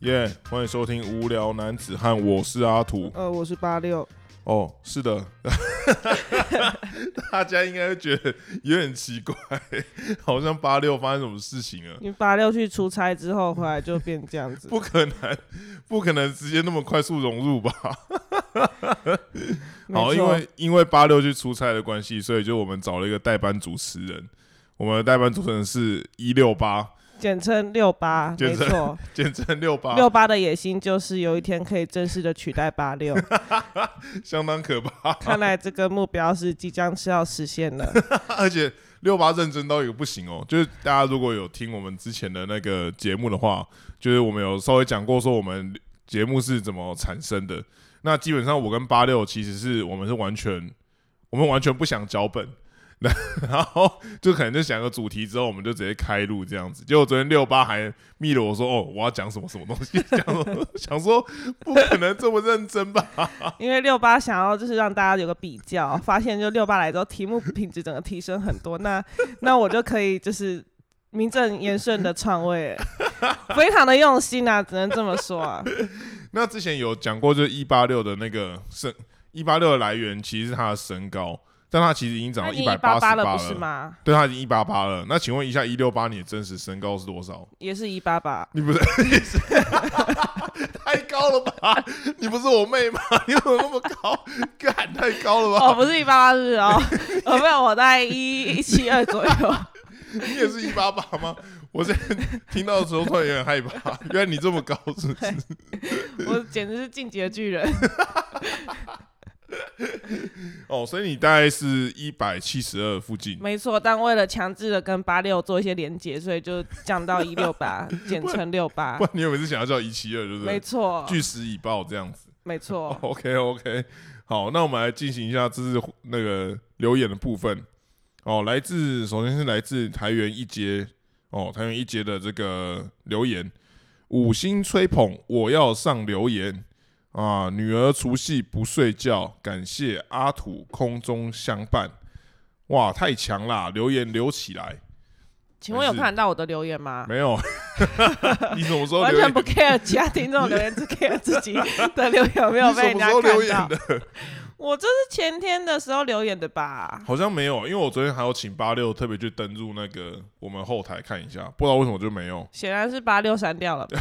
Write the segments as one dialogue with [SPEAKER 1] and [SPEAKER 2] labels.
[SPEAKER 1] 耶欢迎收听《无聊男子汉》，我是阿土。
[SPEAKER 2] 呃，我是八六，
[SPEAKER 1] 哦，是 的，大家应该会觉得有点奇怪，好像八六发生什么事情了？
[SPEAKER 2] 因为八六去出差之后回来就变这样子。
[SPEAKER 1] 不可能，不可能直接那么快速融入吧？
[SPEAKER 2] 没
[SPEAKER 1] 好，因
[SPEAKER 2] 错
[SPEAKER 1] 为因为八六去出差的关系，所以就我们找了一个代班主持人。我们的代班主持人是一六八，
[SPEAKER 2] 简称六八，
[SPEAKER 1] 简
[SPEAKER 2] 没
[SPEAKER 1] 称
[SPEAKER 2] 错，
[SPEAKER 1] 简称六八，
[SPEAKER 2] 六八的野心就是有一天可以正式的取代 八六。
[SPEAKER 1] 相当可怕。
[SPEAKER 2] 看来这个目标是即将是要实现 了。
[SPEAKER 1] 而且六八认真到一个不行哦，就是大家如果有听我们之前的那个节目的话，就是我们有稍微讲过说我们节目是怎么产生的。那基本上我跟八六其实是我们是完全，我们完全不想脚本， 然然后就可能就想个主题之后，我们就直接开录这样子。结果昨天六八还密了我说哦，我要讲什么什么东西， 讲什么想说不可能这么认真吧？
[SPEAKER 2] 因为六八想要就是让大家有个比较，发现就六八来之后题目品质整个提升很 多，那那我就可以就是名正言顺的篡位， 非常的用心啊，只能这么说啊。
[SPEAKER 1] 那之前有讲过，就是一八六的那个身一八六的来源其实是他的身高，但他其实已经长
[SPEAKER 2] 那
[SPEAKER 1] 到
[SPEAKER 2] 你
[SPEAKER 1] 啊一百
[SPEAKER 2] 一八
[SPEAKER 1] 十
[SPEAKER 2] 八
[SPEAKER 1] 八
[SPEAKER 2] 了不是吗？
[SPEAKER 1] 对，他已经一八八了。那请问一下，一六八你的真实身高是多少？
[SPEAKER 2] 也是一八八，
[SPEAKER 1] 你不 是太高了吧？你不是我妹吗？你怎么那么高？ 干太高了吧？
[SPEAKER 2] 哦，不是一八八日哦， 哦，没有，我大概一一七二左右。
[SPEAKER 1] 你也是一八八吗？我现在听到的时候突然有点害怕， 原来你这么高是不是？
[SPEAKER 2] 我简直是进击的巨人，
[SPEAKER 1] 哦，所以你大概是一百七十二附 近。
[SPEAKER 2] 没错。但为了强制的跟八六做一些连接，所以就降到一六 八，简称六八
[SPEAKER 1] 不。然你有每次想要叫一七二，对不
[SPEAKER 2] 啊没
[SPEAKER 1] 对？
[SPEAKER 2] 错，
[SPEAKER 1] 据实以报这样子。
[SPEAKER 2] 没错。
[SPEAKER 1] OK OK，好，那我们来进行一下这是那个留言的部分。哦，来自首先是来自台原一节哦，台原一节的这个留言，五星吹捧，我要上留言啊！女儿除夕不睡觉，感谢阿土空中相伴，哇，太强啦！留言留起来，
[SPEAKER 2] 请问有
[SPEAKER 1] 还是
[SPEAKER 2] 看到我的留言吗？
[SPEAKER 1] 没有？ 你什么时候
[SPEAKER 2] 啊完
[SPEAKER 1] 留言
[SPEAKER 2] 全不 care 其他听众 留言，只 care 自己的留言有没有
[SPEAKER 1] 你
[SPEAKER 2] 被
[SPEAKER 1] 什
[SPEAKER 2] 人
[SPEAKER 1] 么
[SPEAKER 2] 家
[SPEAKER 1] 时候留言
[SPEAKER 2] 看到。
[SPEAKER 1] 的？
[SPEAKER 2] 我这是前天的时候留言的吧？
[SPEAKER 1] 好像没有，因为我昨天还有请八六特别去登入那个我们后台看一下，不知道为什么就没有。
[SPEAKER 2] 显然是八六删掉了吧，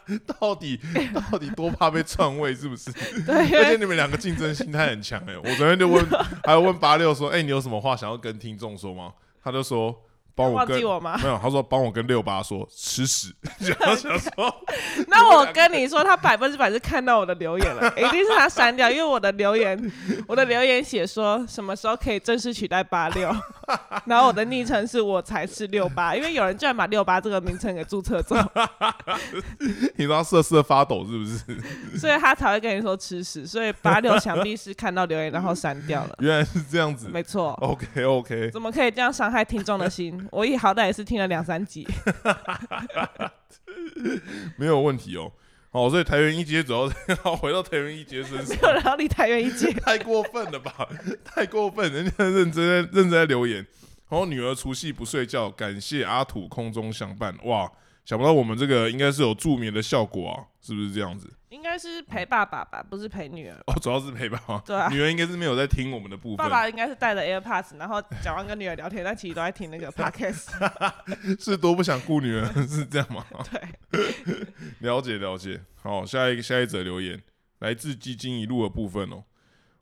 [SPEAKER 1] 到底到底多怕被篡位是不 是？
[SPEAKER 2] 对，因
[SPEAKER 1] 而且
[SPEAKER 2] 为
[SPEAKER 1] 你们两个竞争心态很强哎、我昨天就 问，还有问八六说，哎、你有什么话想要跟听众说吗？他就说帮我
[SPEAKER 2] 忘
[SPEAKER 1] 跟
[SPEAKER 2] 记我吗？
[SPEAKER 1] 没有，他说帮我跟六八说吃屎， 然后想说
[SPEAKER 2] 那我跟你说，他百分之百是看到我的留言了， 一定是他删掉，因为我的留言，我的留言写说什么时候可以正式取代八六， 然后我的昵称是我才是六八，因为有人居然把六八这个名称给注册走，
[SPEAKER 1] 你知道瑟瑟发抖是不是？
[SPEAKER 2] 所以他才会跟你说吃屎，所以八六想必是看到留言然后删 掉了，
[SPEAKER 1] 原来是这样子。
[SPEAKER 2] 没错。
[SPEAKER 1] OK OK，
[SPEAKER 2] 怎么可以这样伤害听众的心？ 我也好歹也是听了两三集，
[SPEAKER 1] 没有问题哦。好，所以台原一阶主 要回到台原一阶身上。
[SPEAKER 2] 然后离台原一截。
[SPEAKER 1] 太过分了吧！ 太过分，人家认真在认真在留言。然后女儿除夕不睡觉，感谢阿土空中相伴。哇，想不到我们这个应该是有助眠的效果啊，是不是这样子？
[SPEAKER 2] 应该是陪爸爸吧，不是陪女儿。
[SPEAKER 1] 哦，主要是陪伴啊。
[SPEAKER 2] 对啊
[SPEAKER 1] 女儿应该是没有在听我们的部
[SPEAKER 2] 爸
[SPEAKER 1] 分，
[SPEAKER 2] 爸应该是带着 AirPods，然后讲完跟女儿聊天，但其实都在听 那个 Podcast。
[SPEAKER 1] 是多不想顾女儿，是这样吗？
[SPEAKER 2] 对，
[SPEAKER 1] 了解了解。好，下一个下一则留言来自基金一路的部分哦。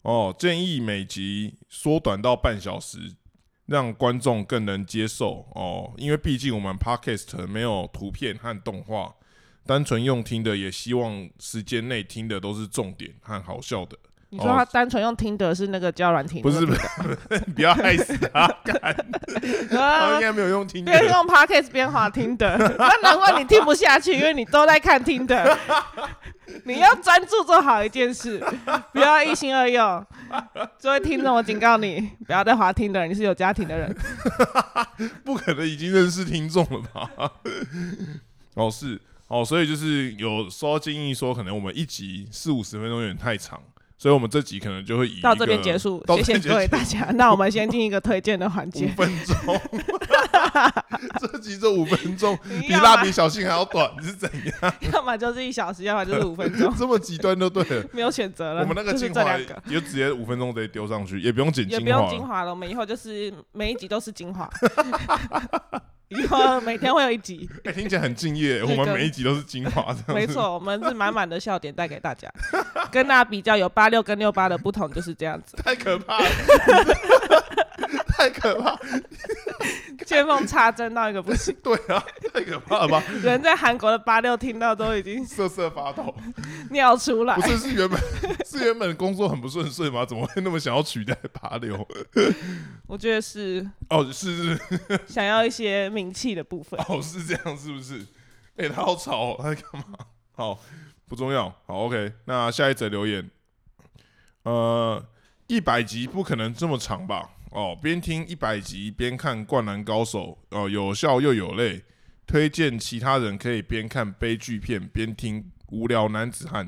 [SPEAKER 1] 哦，建议每集缩短到半小时，让观众更能接受哦。因为毕竟我们 podcast 没有图片和动画，单纯用听的，也希望时间内听的都是重点和好笑的。
[SPEAKER 2] 你说他单纯用听的是那个交友软体，
[SPEAKER 1] 哦不 是不是，不要害死他，干他
[SPEAKER 2] 啊
[SPEAKER 1] 哦应？该没有用听的。
[SPEAKER 2] 边用 Podcast 边滑 听的，那难怪你听不下去，因为你都在看听的。你要专注做好一件事，不要一心 二用。各位听众，我警告你，不要再滑听的，你是有家庭的人。
[SPEAKER 1] 不可能已经认识听众了吧？ 哦，是哦，所以就是有收到建议说，可能我们一集四五十分钟有点太长所以我们这集可能就会以
[SPEAKER 2] 到
[SPEAKER 1] 一
[SPEAKER 2] 这边
[SPEAKER 1] 个
[SPEAKER 2] 结束，
[SPEAKER 1] 到这
[SPEAKER 2] 谢谢
[SPEAKER 1] 边结
[SPEAKER 2] 各位大家。那我们先进一个推荐的环
[SPEAKER 1] 五
[SPEAKER 2] 节。
[SPEAKER 1] 分钟，这集这五分 钟比
[SPEAKER 2] 要啊
[SPEAKER 1] 蜡
[SPEAKER 2] 么
[SPEAKER 1] 笔小新还要短，是怎样？，
[SPEAKER 2] 要么就是一小时，要么就是五分钟
[SPEAKER 1] 这么极端就对 了。
[SPEAKER 2] 没有选择了。
[SPEAKER 1] 我们那个
[SPEAKER 2] 就是
[SPEAKER 1] 精
[SPEAKER 2] 这
[SPEAKER 1] 华
[SPEAKER 2] 两个。
[SPEAKER 1] 就直接五分钟直接丢上去，也不用剪
[SPEAKER 2] 也
[SPEAKER 1] 精
[SPEAKER 2] 不
[SPEAKER 1] 华
[SPEAKER 2] 用
[SPEAKER 1] 了，
[SPEAKER 2] 精华了，我们以后就是每一集都是精华， 以后每天会有 一集，
[SPEAKER 1] 哎听起来很敬 业。
[SPEAKER 2] 日
[SPEAKER 1] 我们
[SPEAKER 2] 更
[SPEAKER 1] 每一集都是精华， 这样子
[SPEAKER 2] 没。错，我们是满满的笑点带给大家。跟大家比较，有八六跟六八的不同就是这样 子，
[SPEAKER 1] 太可怕了，太可怕，
[SPEAKER 2] 见缝插针到一个不行。
[SPEAKER 1] 对啊，太可怕了吧？
[SPEAKER 2] 人在韩国的八六听到都已经
[SPEAKER 1] 瑟瑟发抖，
[SPEAKER 2] 尿出来
[SPEAKER 1] 不。是是原本 是原本工作很不顺遂吗？怎么会那么想要取代拔流？
[SPEAKER 2] 我觉得是
[SPEAKER 1] 哦，是是
[SPEAKER 2] 想要一些名气的 部分。
[SPEAKER 1] 哦，是这样，是不是？哎、他好吵、哦，他在干嘛？好，不重要。好，OK，那下一则留言，呃，一百集不可能这么长吧？哦，边听一百集边看《灌篮高手》，哦，有笑又有泪，推荐其他人可以边看悲剧片边听《无聊男子汉》，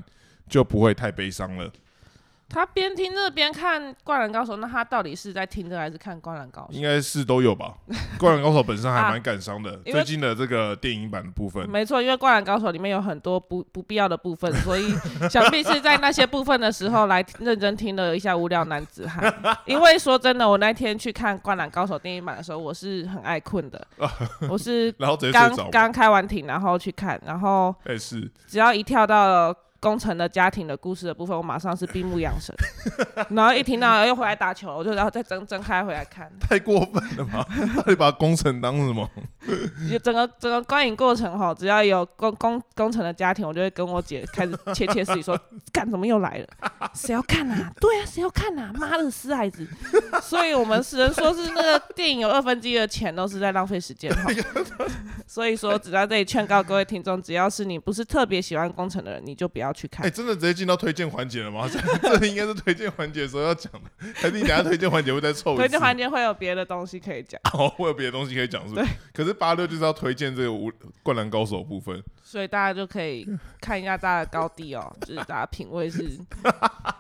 [SPEAKER 1] 就不会太悲伤了。
[SPEAKER 2] 他边听这边看《灌篮高手》，那他到底是在听这还是看《灌篮高手
[SPEAKER 1] 应该是都有吧？《灌篮高手》本身还
[SPEAKER 2] 啊
[SPEAKER 1] 蛮感伤的，
[SPEAKER 2] 因为
[SPEAKER 1] 最近的这个电影版的部》？ 分，
[SPEAKER 2] 没错，因为《灌篮高手》里面有很多不不必要的部分，所以想必是在那些部分的时候来认真听了一下《无聊男子汉》。因为说真的，我那天去看《灌篮高手》电影版的时候，我是很爱困的，我是
[SPEAKER 1] 然后直接睡
[SPEAKER 2] 刚
[SPEAKER 1] 着嘛。
[SPEAKER 2] 刚开完庭，然后去看，然后
[SPEAKER 1] 哎、是
[SPEAKER 2] 只要一跳到了工程的家庭的故事的部分，我马上是闭目养神，然后一听到又回来打球，我就然后再睁睁开回来看，
[SPEAKER 1] 太过分了 吧？到底把工程当什么？
[SPEAKER 2] 就整个整个观影过程哈，只要有工工工程的家庭，我就会跟我姐开始窃窃私语说：“ 干怎么又来了？谁要看啊？对啊，谁要看啊？妈的，死孩子！”所以我们只能说是那个电影有二分之一的钱都是在浪费时间哈。 所以说，只在这里劝告各位听众，只要是你不是特别喜欢工程的人，你就不要去
[SPEAKER 1] 哎、
[SPEAKER 2] 看。
[SPEAKER 1] 真的直接进到推荐环节了吗？ 这这应该是推荐环节的时候要讲的，还是你等一下推荐环节会再凑一次？
[SPEAKER 2] 推荐环节会有别的东西可以讲，
[SPEAKER 1] 好，会有别的东西可以讲是不是？可是八六就是要推荐这个无《灌篮高手》部分，
[SPEAKER 2] 所以大家就可以看一下大家的高低哦，就是大家品味是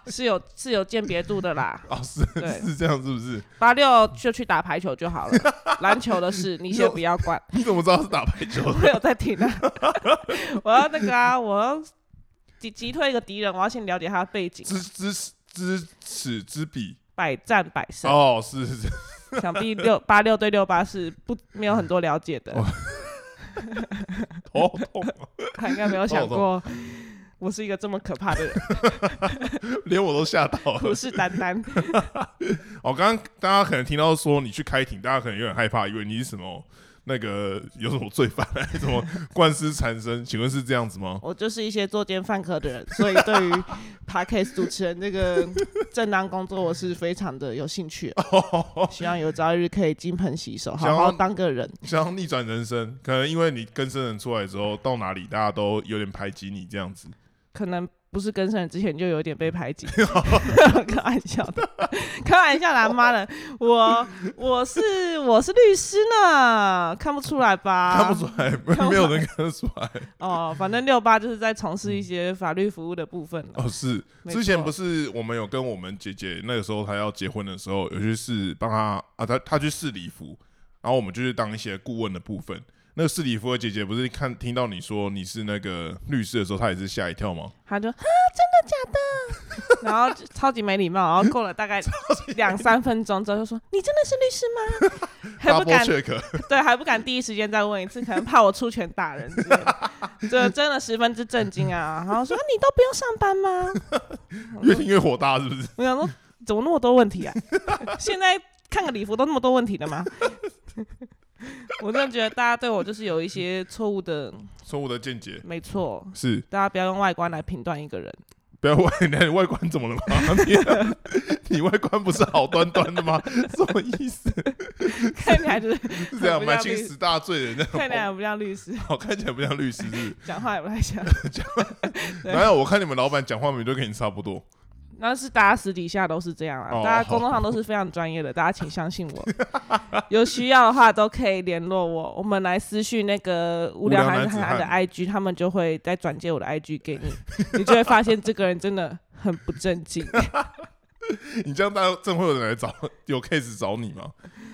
[SPEAKER 2] 是有是有鉴别度的啦。
[SPEAKER 1] 啊，是
[SPEAKER 2] 对
[SPEAKER 1] 是这样是不是？
[SPEAKER 2] 八六就去打排球就好了，篮球的事你先不要管。
[SPEAKER 1] 你怎么知道是打排球 的？
[SPEAKER 2] 我有在听啊，我要那个啊，我要击击退一个敌人，我要先了解他的背景，
[SPEAKER 1] 知知知此知彼
[SPEAKER 2] 百战百胜。
[SPEAKER 1] 哦，是是 是，
[SPEAKER 2] 想必六八六对六八是不没有很多了解的，
[SPEAKER 1] 哦头好痛啊，
[SPEAKER 2] 他应该没有想过。我是一个这么可怕的人，
[SPEAKER 1] 连我都吓到了
[SPEAKER 2] 虎。视眈眈。
[SPEAKER 1] 哦，刚刚大家可能听到说你去开庭，大家可能有点害怕，以为你是什么那个有什么罪犯，还是什么官司缠身？请问是这样子吗？
[SPEAKER 2] 我就是一些作奸犯科的人，所以对于 podcast 主持人这个正当工作，我是非常的有兴趣
[SPEAKER 1] 哦
[SPEAKER 2] 的。希望有朝一日可以金盆洗手，好
[SPEAKER 1] 想要
[SPEAKER 2] 好当个人。
[SPEAKER 1] 想要逆转人生，可能因为你跟生人出来之后，到哪里大家都有点排挤你这样子。
[SPEAKER 2] 可能不是跟上之前就有点被 排挤，开玩笑的，开玩笑啦，妈的，我我是我是律师呢，看不出来 吧？
[SPEAKER 1] 看不出来，没
[SPEAKER 2] 看不出来
[SPEAKER 1] 没有人看得出来。
[SPEAKER 2] 哦，反正六八就是在从事一些法律服务的部分了。
[SPEAKER 1] 嗯哦，是
[SPEAKER 2] 没错
[SPEAKER 1] 之前不是我们有跟我们姐姐那个时候她要结婚的时候，有去试帮她啊，她她去试礼服，然后我们就去当一些顾问的部分。那个试礼服的姐姐不是看听到你说你是那个律师的时候，她也是吓一跳吗？
[SPEAKER 2] 他就啊，真的假的？ 然后就超级没礼貌，然后过了大 概两三分钟之后就说：“你真的是律师吗？” 还
[SPEAKER 1] 大
[SPEAKER 2] 不
[SPEAKER 1] 波
[SPEAKER 2] 敢
[SPEAKER 1] 切 克，
[SPEAKER 2] 对，还不敢第一时间再问一次，可能怕我出拳打人之类的，这真的十分之震惊啊！然后说、啊你都不用上班吗？
[SPEAKER 1] 越听越火大，是不是？
[SPEAKER 2] 我想说怎么那么多问题啊？ 现在看个礼服都那么多问题的吗？ 我真的觉得大家对我就是有一些错误的，
[SPEAKER 1] 错误的见解
[SPEAKER 2] 没错，
[SPEAKER 1] 是
[SPEAKER 2] 大家不要用外观来评断一个人。
[SPEAKER 1] 不要问你你外观怎么了吗？ 你你外观不是好端端的 吗？什么意思？
[SPEAKER 2] 看起来就是
[SPEAKER 1] 是这样
[SPEAKER 2] 不
[SPEAKER 1] 满
[SPEAKER 2] 像
[SPEAKER 1] 清
[SPEAKER 2] 律
[SPEAKER 1] 十大罪人那
[SPEAKER 2] 看起来
[SPEAKER 1] 样，
[SPEAKER 2] 不像律师，
[SPEAKER 1] 好 看起来不像律师是不是？
[SPEAKER 2] 讲话也不太像。对
[SPEAKER 1] 哪有？我看你们老板讲话名都跟你差不多。
[SPEAKER 2] 那是大家私底下都是这样啊，
[SPEAKER 1] 哦
[SPEAKER 2] 大家工作上都是非常专业的，大家请相信我。 有需要的话都可以联络我，我们来私讯那个无聊
[SPEAKER 1] 无聊
[SPEAKER 2] 男
[SPEAKER 1] 男子
[SPEAKER 2] 子汉的
[SPEAKER 1] 汉
[SPEAKER 2] IG，他们就会再转借我的 IG 给你，你就会发现这个人真的很不正经。
[SPEAKER 1] 你这样大家真会有人来找 有 case 找你吗？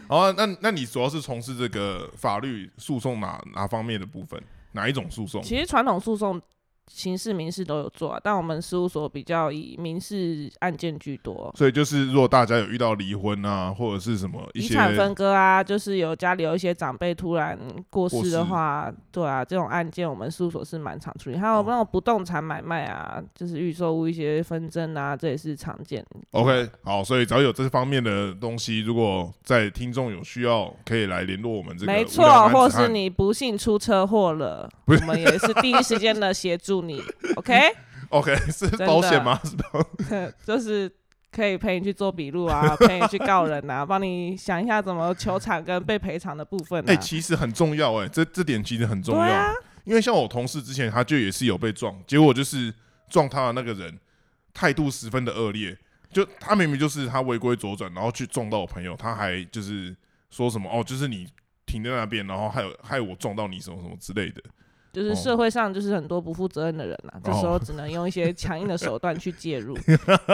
[SPEAKER 1] 好啊，那那你主要是从事这个法律诉讼哪哪方面的部分？哪一种诉讼？
[SPEAKER 2] 其实传统诉讼、刑事、民事都有做、啊，但我们事务所比较以民事案件居多。
[SPEAKER 1] 所以就是，如果大家有遇到离婚啊，或者是什么一
[SPEAKER 2] 遗
[SPEAKER 1] 些
[SPEAKER 2] 产分割啊，就是有家里有一些长辈突然过世的话，对啊，这种案件我们事务所是蛮常处理。还有
[SPEAKER 1] 哦
[SPEAKER 2] 那种不动产买卖啊，就是预售屋一些纷争啊，这也是常见。
[SPEAKER 1] OK，好，所以只要有这方面的东西，如果在听众有需要，可以来联络我们这个
[SPEAKER 2] 没
[SPEAKER 1] 无聊
[SPEAKER 2] 错，
[SPEAKER 1] 男
[SPEAKER 2] 或
[SPEAKER 1] 子汉
[SPEAKER 2] 是你不幸出车祸了，我们也是第一时间的协助你，OK？
[SPEAKER 1] OK 是
[SPEAKER 2] 的
[SPEAKER 1] 保险吗？ 是保
[SPEAKER 2] 就是可以陪你去做笔录啊，陪你去告人啊，帮你想一下怎么求偿跟被赔偿的部分、啊。
[SPEAKER 1] 哎、其实很重要哎、这这点其实很重要，
[SPEAKER 2] 对啊，
[SPEAKER 1] 因为像我同事之前他就也是有被撞，结果就是撞他的那个人态度十分的恶劣，就他明明就是他违规左转，然后去撞到我朋友，他还就是说什么哦，就是你停在那边，然后害我害我撞到你什么什么之类的，哦
[SPEAKER 2] 就是社会上就是很多不负责任的人啊，这时候只能用一些强硬的手段去介 入，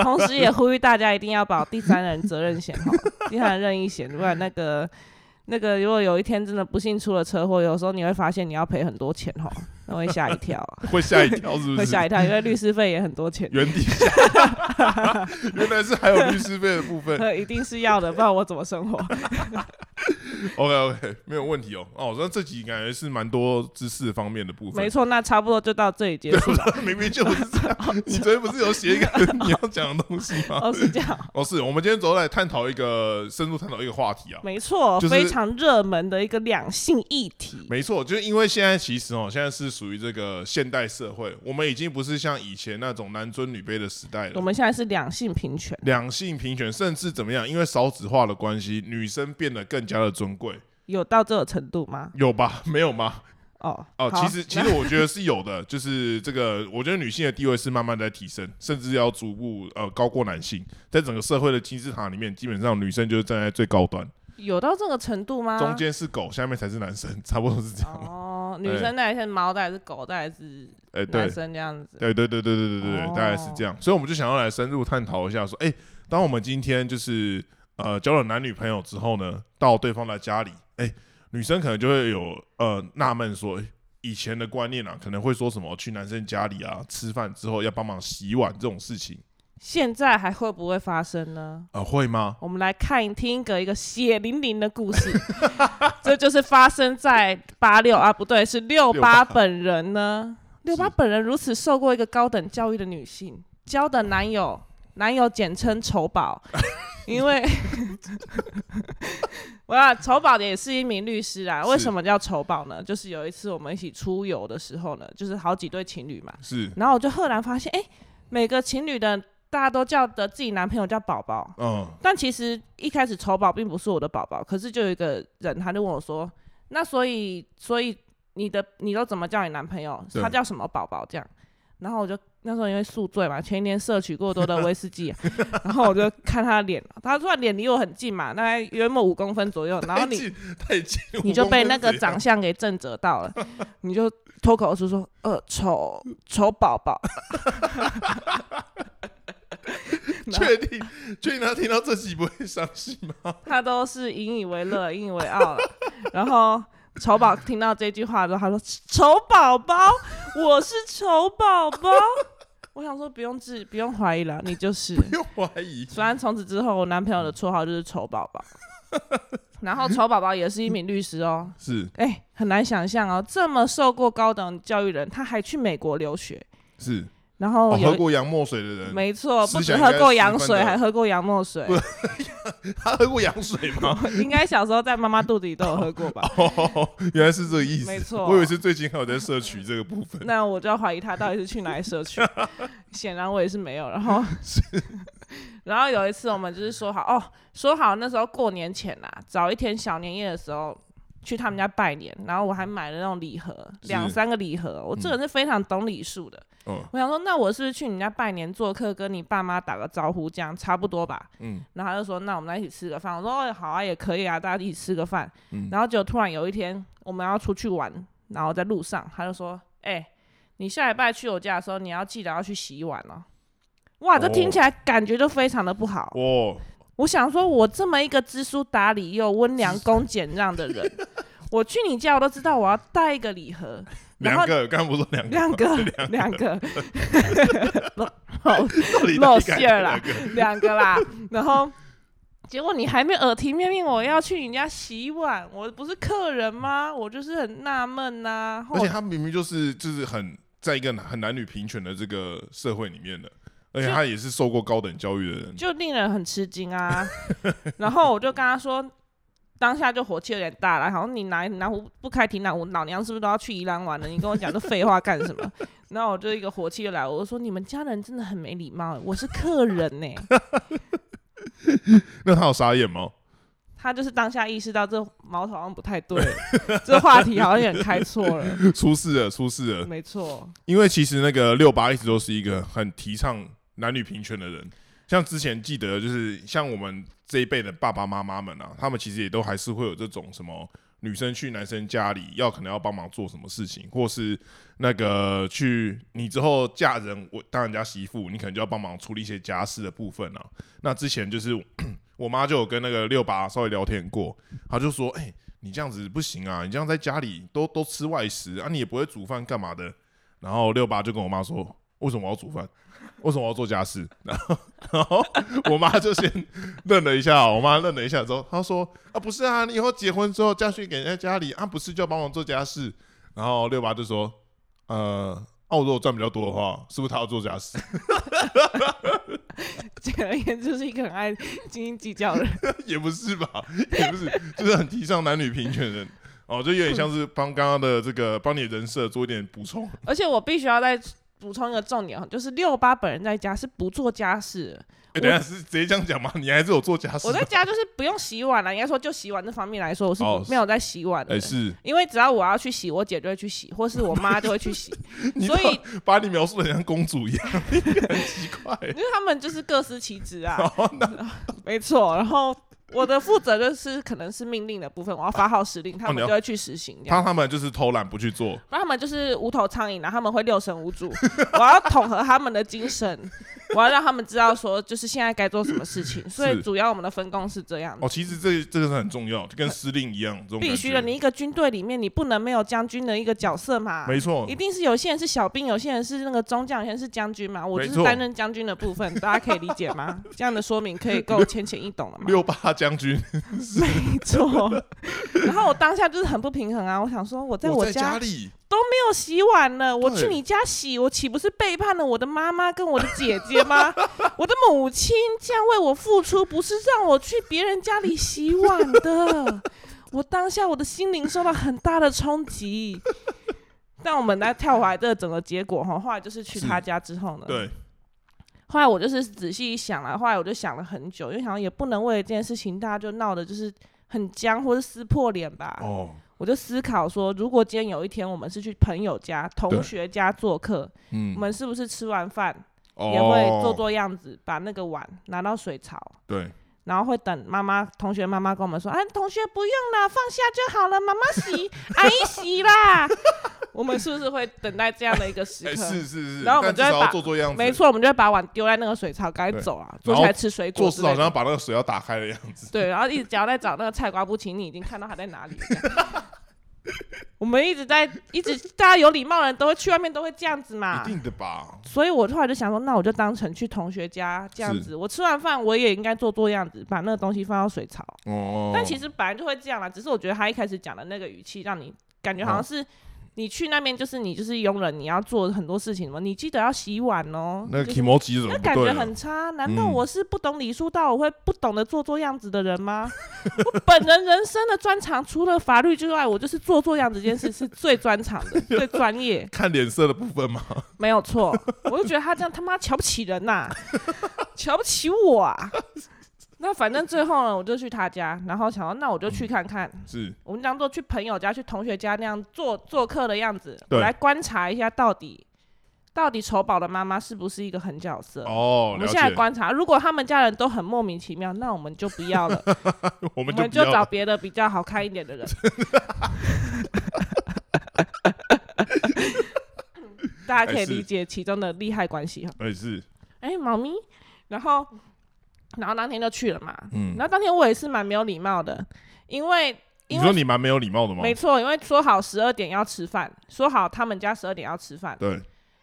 [SPEAKER 2] 同时也呼吁大家一定要保第三人责任险哈，第三人任意险，不然那个。那个，如果有一天真的不幸出了车祸，有时候你会发现你要赔很多钱哈，那会吓一跳啊，
[SPEAKER 1] 会吓一跳 是不
[SPEAKER 2] 会
[SPEAKER 1] 是？
[SPEAKER 2] 吓一跳，因为律师费也很多 钱，
[SPEAKER 1] 原地下，原来是还有律师费的部 分。
[SPEAKER 2] 那一定是要的，不然我怎么 生活？
[SPEAKER 1] OK OK，没有问题哦。哦，那这集感觉是蛮多知识方面的部分。
[SPEAKER 2] 没错，那差不多就到这里结 束了。
[SPEAKER 1] 明明就不是这 样，你昨天不是有写一个 你要讲的东西吗？
[SPEAKER 2] 哦，是这样，
[SPEAKER 1] 哦，是我们今天主要来探讨一个深入探讨一个话题啊。
[SPEAKER 2] 没错，
[SPEAKER 1] 就是
[SPEAKER 2] 非常热门的一个两性议题。
[SPEAKER 1] 没错，就是因为现在其实哦，现在是属于这个现代社会，我们已经不是像以前那种男尊女卑的时代
[SPEAKER 2] 我
[SPEAKER 1] 了。
[SPEAKER 2] 们现在是两性平权，
[SPEAKER 1] 两性平权，甚至怎么样？因为少子化的关系，女生变得更加的尊贵，
[SPEAKER 2] 有到这种程度吗？
[SPEAKER 1] 有吧？没有吗？
[SPEAKER 2] 哦，
[SPEAKER 1] 哦，
[SPEAKER 2] 好
[SPEAKER 1] 其实其实我觉得是有的， 就是这个，我觉得女性的地位是慢慢在提升，甚至要逐步呃高过男性，在整个社会的金字塔里面，基本上女生就是站在最高端，
[SPEAKER 2] 有到这个程度吗？
[SPEAKER 1] 中间是狗，下面才是男生，差不多是这样。
[SPEAKER 2] 哦，女生带是猫，带是狗，带是
[SPEAKER 1] 哎、
[SPEAKER 2] 男
[SPEAKER 1] 对，
[SPEAKER 2] 生这样子。
[SPEAKER 1] 哎对对对对对对对对，
[SPEAKER 2] 哦
[SPEAKER 1] 大概是这样。所以我们就想要来深入探讨一下，说，哎、当我们今天就是呃交了男女朋友之后呢，到对方的家里，哎、女生可能就会有呃纳闷说、哎以前的观念啊，可能会说什么去男生家里啊吃饭之后要帮忙洗碗这种事情
[SPEAKER 2] 现在还会不会发生呢？
[SPEAKER 1] 啊、呃会吗？
[SPEAKER 2] 我们来看听一个一个血淋淋的故事， 这就是发生在八六啊，不对，是六八本人呢。六八本人如此受过一个高等教育的女性，交的男友，男友简称丑 宝，因为我要丑宝也是一名律师啊。为
[SPEAKER 1] 是
[SPEAKER 2] 什么叫丑宝呢？就是有一次我们一起出游的时候呢，就是好几对情侣嘛，
[SPEAKER 1] 是，
[SPEAKER 2] 然后我就赫然发现，哎、每个情侣的大家都叫的自己男朋友叫宝宝。
[SPEAKER 1] 嗯，
[SPEAKER 2] 但其实一开始丑宝并不是我的宝宝，可是就有一个人他就问我说：“那所以所以你的你都怎么叫你男朋友？
[SPEAKER 1] 对
[SPEAKER 2] 他叫什么宝宝？”这样，然后我就那时候因为宿醉嘛，前一天摄取过多的威士忌，啊 然后我就看他的脸，他突然脸离我很近嘛，大概约莫五公分左右，然后
[SPEAKER 1] 太
[SPEAKER 2] 你
[SPEAKER 1] 近太近，
[SPEAKER 2] 你就被
[SPEAKER 1] 我
[SPEAKER 2] 那
[SPEAKER 1] 们
[SPEAKER 2] 个
[SPEAKER 1] 这样
[SPEAKER 2] 长相给震慑到 了，你就脱口而出说：“呃，丑丑宝宝。然后
[SPEAKER 1] 确定确定他听到这集不会伤心吗？
[SPEAKER 2] 他都是引以为乐、引以为傲了。 然后丑宝听到这句话之后，他说：“丑宝宝，我是丑宝宝。”我想说不用质，不用怀疑了，你就是。
[SPEAKER 1] 又怀疑
[SPEAKER 2] 虽然从此之后，我男朋友的绰号就是丑宝 宝。然后丑宝宝也是一名律师哦，
[SPEAKER 1] 是
[SPEAKER 2] 哎、很难想象哦，这么受过高等教育的人，他还去美国留学，
[SPEAKER 1] 是，
[SPEAKER 2] 然后
[SPEAKER 1] 哦
[SPEAKER 2] 有
[SPEAKER 1] 喝
[SPEAKER 2] 一、
[SPEAKER 1] 过洋墨水的人，
[SPEAKER 2] 没错，
[SPEAKER 1] 思
[SPEAKER 2] 不止
[SPEAKER 1] 想
[SPEAKER 2] 喝
[SPEAKER 1] 应该
[SPEAKER 2] 过
[SPEAKER 1] 十
[SPEAKER 2] 羊
[SPEAKER 1] 分
[SPEAKER 2] 水，
[SPEAKER 1] 的
[SPEAKER 2] 还喝过洋墨水，
[SPEAKER 1] 他喝过洋水吗？
[SPEAKER 2] 应该小时候在妈妈肚子里都有喝过吧？
[SPEAKER 1] 哦，原来是这个意思。
[SPEAKER 2] 没错
[SPEAKER 1] 我以为是最近还有在摄取这个部分。
[SPEAKER 2] 那我就要怀疑他到底是去哪里社区。显然我也是没有。然后， 然后有一次我们就是说好哦，说好那时候过年前啦、早一天小年夜的时候去他们家拜年，然后我还买了那种礼盒，
[SPEAKER 1] 是
[SPEAKER 2] 两三个礼盒。我这个人是非常懂礼数的。
[SPEAKER 1] 嗯
[SPEAKER 2] 我想说，那我是不是去你家拜年做客，跟你爸妈打个招呼，这样差不多吧？
[SPEAKER 1] 嗯
[SPEAKER 2] 然后他就说，那我们来一起吃个饭。我说，哦，好啊，也可以啊，大家一起吃个饭。
[SPEAKER 1] 嗯，
[SPEAKER 2] 然后就突然有一天我们要出去玩，然后在路上他就说：“哎、你下礼拜去我家的时候，你要记得要去洗碗哦。”哇，这
[SPEAKER 1] 哦
[SPEAKER 2] 听起来感觉就非常的不好。
[SPEAKER 1] 哦，
[SPEAKER 2] 我想说，我这么一个知书达理又温良恭俭让的人，我去你家我都知道我要带一个礼盒，然后
[SPEAKER 1] 两个，刚刚不是说两个
[SPEAKER 2] 两
[SPEAKER 1] 吗，
[SPEAKER 2] 个两个露
[SPEAKER 1] 到底哪
[SPEAKER 2] 露
[SPEAKER 1] 里改
[SPEAKER 2] 馅儿
[SPEAKER 1] 两
[SPEAKER 2] 啦
[SPEAKER 1] 个，
[SPEAKER 2] 两个啦，然后。结果你还没耳提面命，我要去你家洗碗，我不是客人吗？我就是很纳闷啊呐、
[SPEAKER 1] 而
[SPEAKER 2] 后
[SPEAKER 1] 且他明明就是就是很在一个很男女平权的这个社会里面的，而且
[SPEAKER 2] 就
[SPEAKER 1] 他也是受过高等教育的人，
[SPEAKER 2] 就令人很吃惊啊。 然后我就跟他说，当下就火气有点大了，好像你南南湖不开庭，南湖老娘是不是都要去宜兰玩了？你跟我讲这废话干什么？ 然后我就一个火气就来，我就说你们家人真的很没礼貌，我是客人呢、
[SPEAKER 1] 那他有傻眼吗？
[SPEAKER 2] 他就是当下意识到这矛头好像不太 对，这话题好像有点开错了。
[SPEAKER 1] 出事了，出事了！
[SPEAKER 2] 没错，
[SPEAKER 1] 因为其实那个六八一直都是一个很提倡男女平权的人，像之前记得就是像我们这一辈的爸爸妈妈们啊，他们其实也都还是会有这种什么女生去男生家里要可能要帮忙做什么事情，或是那个去你之后嫁人，我当人家媳妇，你可能就要帮忙处理一些家事的部分啊。那之前就是 我妈就有跟那个六八稍微聊天过，她就说：“哎、你这样子不行啊，你这样在家里都都吃外食啊，你也不会煮饭干嘛的。”然后六八就跟我妈说：“为什么我要煮饭？为什么我要做家事？” 然后，然后我妈就先愣了一下，哦我妈愣了一下之后，她说：“啊，不是啊，你以后结婚之后嫁去给人家家里啊，不是就要帮忙做家事？”然后六八就说：“呃，啊，我如果赚比较多的话，是不是她要做家事？
[SPEAKER 2] 简而言之是一个很爱斤斤计较的人。
[SPEAKER 1] 也不是吧，也不是，就是很提倡男女平权的人。”哦，就有点像是帮刚刚的这个帮你人设做一点补充，
[SPEAKER 2] 而且 我必须要再补充一个重点哦，就是六八本人在家是不做家事的，
[SPEAKER 1] 哎、等一下是直接这样讲吗？你还是有做家事
[SPEAKER 2] 我
[SPEAKER 1] 吗？
[SPEAKER 2] 在家就是不用洗碗了，应该说就洗碗这方面来说，我是
[SPEAKER 1] 哦
[SPEAKER 2] 没有在洗碗的。
[SPEAKER 1] 哎、是
[SPEAKER 2] 因为只要我要去洗，我姐就会去洗，或是我妈就会去洗，
[SPEAKER 1] 你
[SPEAKER 2] 所以
[SPEAKER 1] 把你描述的像公主一样， 你很奇怪、
[SPEAKER 2] 因为他们就是各司其职 啊。
[SPEAKER 1] 哦
[SPEAKER 2] 没错，然后我的负责就是可能是命令的部分，我要发号施令，他
[SPEAKER 1] 哦你
[SPEAKER 2] 们
[SPEAKER 1] 要
[SPEAKER 2] 就会去实行这样。
[SPEAKER 1] 他他们就是偷懒不去做，
[SPEAKER 2] 然后他们就是无头苍蝇，然后他们会六神无主。 我要统合他们的 精神，我要让他们知道说，就是现在该做什么事情。所以
[SPEAKER 1] 是
[SPEAKER 2] 主要我们的分工是这样的
[SPEAKER 1] 哦，其实这这个是很重要，就跟司令一样，这种
[SPEAKER 2] 呃必
[SPEAKER 1] 感
[SPEAKER 2] 须
[SPEAKER 1] 觉
[SPEAKER 2] 的。你一个军队里面，你不能没有将军的一个角色嘛。
[SPEAKER 1] 没错
[SPEAKER 2] 一，定是有些人是小兵，有些人是那个中将，有些人是将军嘛。我就
[SPEAKER 1] 没
[SPEAKER 2] 是
[SPEAKER 1] 错
[SPEAKER 2] 担任将军的部分，大家可以理 解吗？这样的说明可以够浅显易懂了吗？
[SPEAKER 1] 六八将军，
[SPEAKER 2] 没错。然后我当下就是很不平衡啊，我想说我 在
[SPEAKER 1] 我
[SPEAKER 2] 我
[SPEAKER 1] 在
[SPEAKER 2] 家
[SPEAKER 1] 家里，
[SPEAKER 2] 没有洗碗了，我去
[SPEAKER 1] 对
[SPEAKER 2] 你家洗，我岂不是背叛了我的妈妈跟我的姐姐 吗？我的母亲这样为我付出，不是让我去别人家里洗碗 的。我当下我的心灵受到很大的冲 击。但我们来跳回来这个整个结果哈，后来就是去
[SPEAKER 1] 是
[SPEAKER 2] 他家之后呢，
[SPEAKER 1] 对，
[SPEAKER 2] 后来我就是仔细一想了，后来我就想了很久，因为想说也不能为了这件事情大家就闹的就是很僵或是撕破脸吧。
[SPEAKER 1] 哦，
[SPEAKER 2] 我就思考说，如果今天有一天我们是去朋友家、同学家做客，
[SPEAKER 1] 嗯
[SPEAKER 2] 我，们是不是吃完饭、
[SPEAKER 1] 哦
[SPEAKER 2] 也会做做样子，把那个碗拿到水槽，
[SPEAKER 1] 对，
[SPEAKER 2] 然后会等妈妈、同学妈妈跟我们说：“啊，同学不用啦，放下就好了，妈妈洗，阿姨洗啦。”我们是不是会等待这样的一个时
[SPEAKER 1] 哎，
[SPEAKER 2] 刻？
[SPEAKER 1] 是是是，
[SPEAKER 2] 然后我们
[SPEAKER 1] 但至
[SPEAKER 2] 就会
[SPEAKER 1] 少要
[SPEAKER 2] 把
[SPEAKER 1] 做做样子，
[SPEAKER 2] 没，错，我们就会把碗丢在那个水槽，赶紧
[SPEAKER 1] 对
[SPEAKER 2] 走啊，
[SPEAKER 1] 然后
[SPEAKER 2] 坐下来吃水
[SPEAKER 1] 做
[SPEAKER 2] 果之
[SPEAKER 1] 事
[SPEAKER 2] 类
[SPEAKER 1] 好
[SPEAKER 2] 的。
[SPEAKER 1] 像把那个水要打开的样子，
[SPEAKER 2] 对，然后一直只要在找那个菜瓜不情，你已经看到他在哪里了这样。我们一直在一直，大家有礼貌的人都会去外面都会这样子嘛
[SPEAKER 1] 一。定的吧？
[SPEAKER 2] 所以我后来就想说，那我就当成去同学家这样
[SPEAKER 1] 是
[SPEAKER 2] 子，我吃完饭我也应该做做样子，把那个东西放到水槽。
[SPEAKER 1] 哦，
[SPEAKER 2] 但其实本来就会这样啦，只是我觉得他一开始讲的那个语气，让你感觉
[SPEAKER 1] 嗯
[SPEAKER 2] 好像是。你去那边就是你就是佣人，你要做很多事情嘛，你记得要洗碗哦。
[SPEAKER 1] 那
[SPEAKER 2] 就
[SPEAKER 1] k
[SPEAKER 2] 是
[SPEAKER 1] i m o j i 怎
[SPEAKER 2] 那
[SPEAKER 1] 么
[SPEAKER 2] 感
[SPEAKER 1] 不对
[SPEAKER 2] 觉
[SPEAKER 1] 了？
[SPEAKER 2] 很差，难道
[SPEAKER 1] 嗯
[SPEAKER 2] 我是不懂礼数到我会不懂得做做样子的人吗？我本人人生的专长除了法律之外，我就是做做样子这件事是最专长的、最专业，
[SPEAKER 1] 看脸色的部分嘛，
[SPEAKER 2] 没有错。我就觉得他这样他妈瞧不起人呐、瞧不起我啊！那反正最后呢，我就去他家，然后想说，那我就去看看，
[SPEAKER 1] 是
[SPEAKER 2] 我们当做去朋友家、去同学家那样做做客的样子，我
[SPEAKER 1] 对
[SPEAKER 2] 来观察一下到底到底丑宝的妈妈是不是一个狠角色。
[SPEAKER 1] 哦，
[SPEAKER 2] 我
[SPEAKER 1] 了
[SPEAKER 2] 们
[SPEAKER 1] 解
[SPEAKER 2] 现在观察，如果他们家人都很莫名其妙，那我们就不要了，
[SPEAKER 1] 我
[SPEAKER 2] 我
[SPEAKER 1] 们
[SPEAKER 2] 们
[SPEAKER 1] 就
[SPEAKER 2] 就
[SPEAKER 1] 不要
[SPEAKER 2] 找别的比较好看一点的人。 大家可以理解其中的利害关系哈。
[SPEAKER 1] 哎是
[SPEAKER 2] 哎、猫咪，然后然后当天就去了嘛。
[SPEAKER 1] 嗯
[SPEAKER 2] 然后当天我也是蛮没有礼貌的，因为
[SPEAKER 1] 你
[SPEAKER 2] 因
[SPEAKER 1] 说
[SPEAKER 2] 为
[SPEAKER 1] 你蛮没有礼貌的吗？
[SPEAKER 2] 没错，因为说好十二点要吃饭，说好他们家十二点要吃饭，
[SPEAKER 1] 对，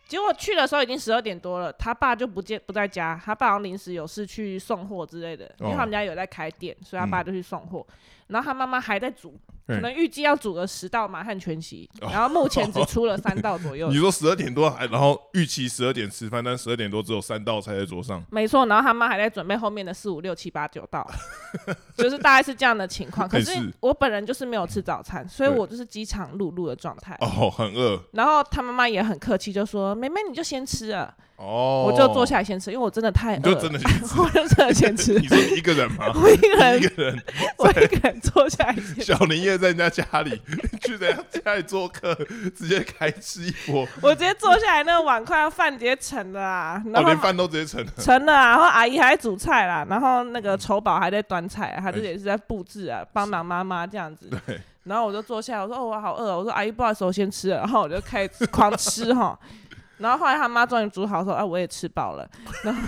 [SPEAKER 2] 结果去的时候已经十二点多了，他爸就不见不在家，他爸好像临时有事去送货之类的，因为
[SPEAKER 1] 哦
[SPEAKER 2] 他们家有在开店，所以他爸就去送货，然后他妈妈还在煮，
[SPEAKER 1] 嗯
[SPEAKER 2] 可能预计要煮个十道满汉全席，
[SPEAKER 1] 哦
[SPEAKER 2] 然后目前只出了三 道左右
[SPEAKER 1] 你。说十二点多还，然后预期十二点吃饭，但十二点多只有三道菜在桌上。
[SPEAKER 2] 没错，然后他妈还在准备后面的四五六七八 九道，就是大概是这样的情况。可
[SPEAKER 1] 类
[SPEAKER 2] 是
[SPEAKER 1] 似
[SPEAKER 2] 我本人就是没有吃早餐，所以
[SPEAKER 1] 对
[SPEAKER 2] 我就是饥肠辘辘的状态。
[SPEAKER 1] 哦，很饿
[SPEAKER 2] 然后他妈妈也很客气，就说：“妹妹，你就先吃啊，
[SPEAKER 1] 哦，
[SPEAKER 2] 我就坐下来先吃，因为我真的太
[SPEAKER 1] 你就
[SPEAKER 2] 饿了，
[SPEAKER 1] 真的
[SPEAKER 2] 我就真的先 吃。
[SPEAKER 1] 你说你一个人吗？
[SPEAKER 2] 我一个人
[SPEAKER 1] 一，个人，
[SPEAKER 2] 我一个人坐下来 先，
[SPEAKER 1] 小林夜在人家家 里去人家家里做客，直接开吃一波，
[SPEAKER 2] 我直接坐下来，那个碗筷饭直接盛了啊，
[SPEAKER 1] 哦，
[SPEAKER 2] 然
[SPEAKER 1] 连
[SPEAKER 2] 后
[SPEAKER 1] 饭都直接 盛了。
[SPEAKER 2] 盛了啊，然后阿姨还在煮菜啦，然后那个丑宝还在端菜啊，他这也是在布置啊，帮忙妈妈这样子。
[SPEAKER 1] 对，
[SPEAKER 2] 然后我就坐下来，我说：“哦，我好饿哦。”我说：“阿姨，不好意思，我先吃了。”然后我就开始狂吃哈。然后后来他妈终于煮好，说：“啊，我也吃饱了。” 然后，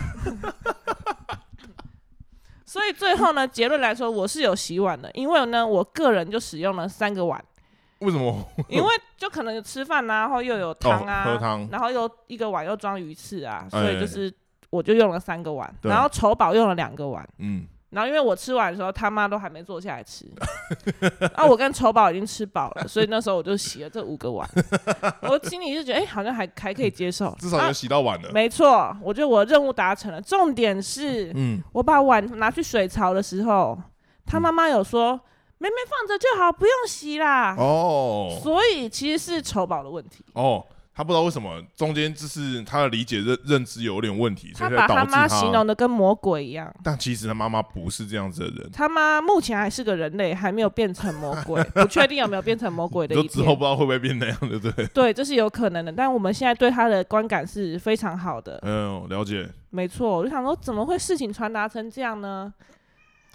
[SPEAKER 2] 所以最后呢，结论来说，我是有洗碗的，因为呢，我个人就使用了三个碗，
[SPEAKER 1] 为什么？
[SPEAKER 2] 因为就可能有吃饭啊，然后又有汤啊，
[SPEAKER 1] 哦喝汤
[SPEAKER 2] 然后又一个碗又装鱼翅啊，
[SPEAKER 1] 哎
[SPEAKER 2] 所以就是我就用了三个碗，
[SPEAKER 1] 对
[SPEAKER 2] 然后丑宝用了两个碗。
[SPEAKER 1] 嗯，
[SPEAKER 2] 然后因为我吃完的时候，他妈都还没坐下 来吃，啊，我跟丑宝已经吃饱了，所以那时候我就洗了这五个碗，我心里就觉得，哎、好像还还可以 接受，
[SPEAKER 1] 至少有
[SPEAKER 2] 啊、
[SPEAKER 1] 洗到碗了。
[SPEAKER 2] 没错，我觉得我任务达成了。重点是，
[SPEAKER 1] 嗯，
[SPEAKER 2] 我把碗拿去水槽的时候，他妈妈有说，妹妹放着就好，不用洗啦。
[SPEAKER 1] 哦
[SPEAKER 2] 所以其实是丑宝的问题，
[SPEAKER 1] 哦，他不知道为什么中间就是他的理解认认知有点问题，所
[SPEAKER 2] 他
[SPEAKER 1] 以才
[SPEAKER 2] 把
[SPEAKER 1] 导
[SPEAKER 2] 他
[SPEAKER 1] 致
[SPEAKER 2] 妈
[SPEAKER 1] 他
[SPEAKER 2] 形容的跟魔鬼一样。
[SPEAKER 1] 但其实他妈妈不是这样子的人，
[SPEAKER 2] 他妈目前还是个人类，还没有变成魔 鬼，不确定有没有变成魔鬼的
[SPEAKER 1] 就
[SPEAKER 2] 一
[SPEAKER 1] 之
[SPEAKER 2] 天。
[SPEAKER 1] 后不知道会不会变那样，对不对？
[SPEAKER 2] 对，这是有可能的，但我们现在对他的观感是非常好的，
[SPEAKER 1] 嗯，了解。
[SPEAKER 2] 没错。我就想说，怎么会事情传达成这样呢？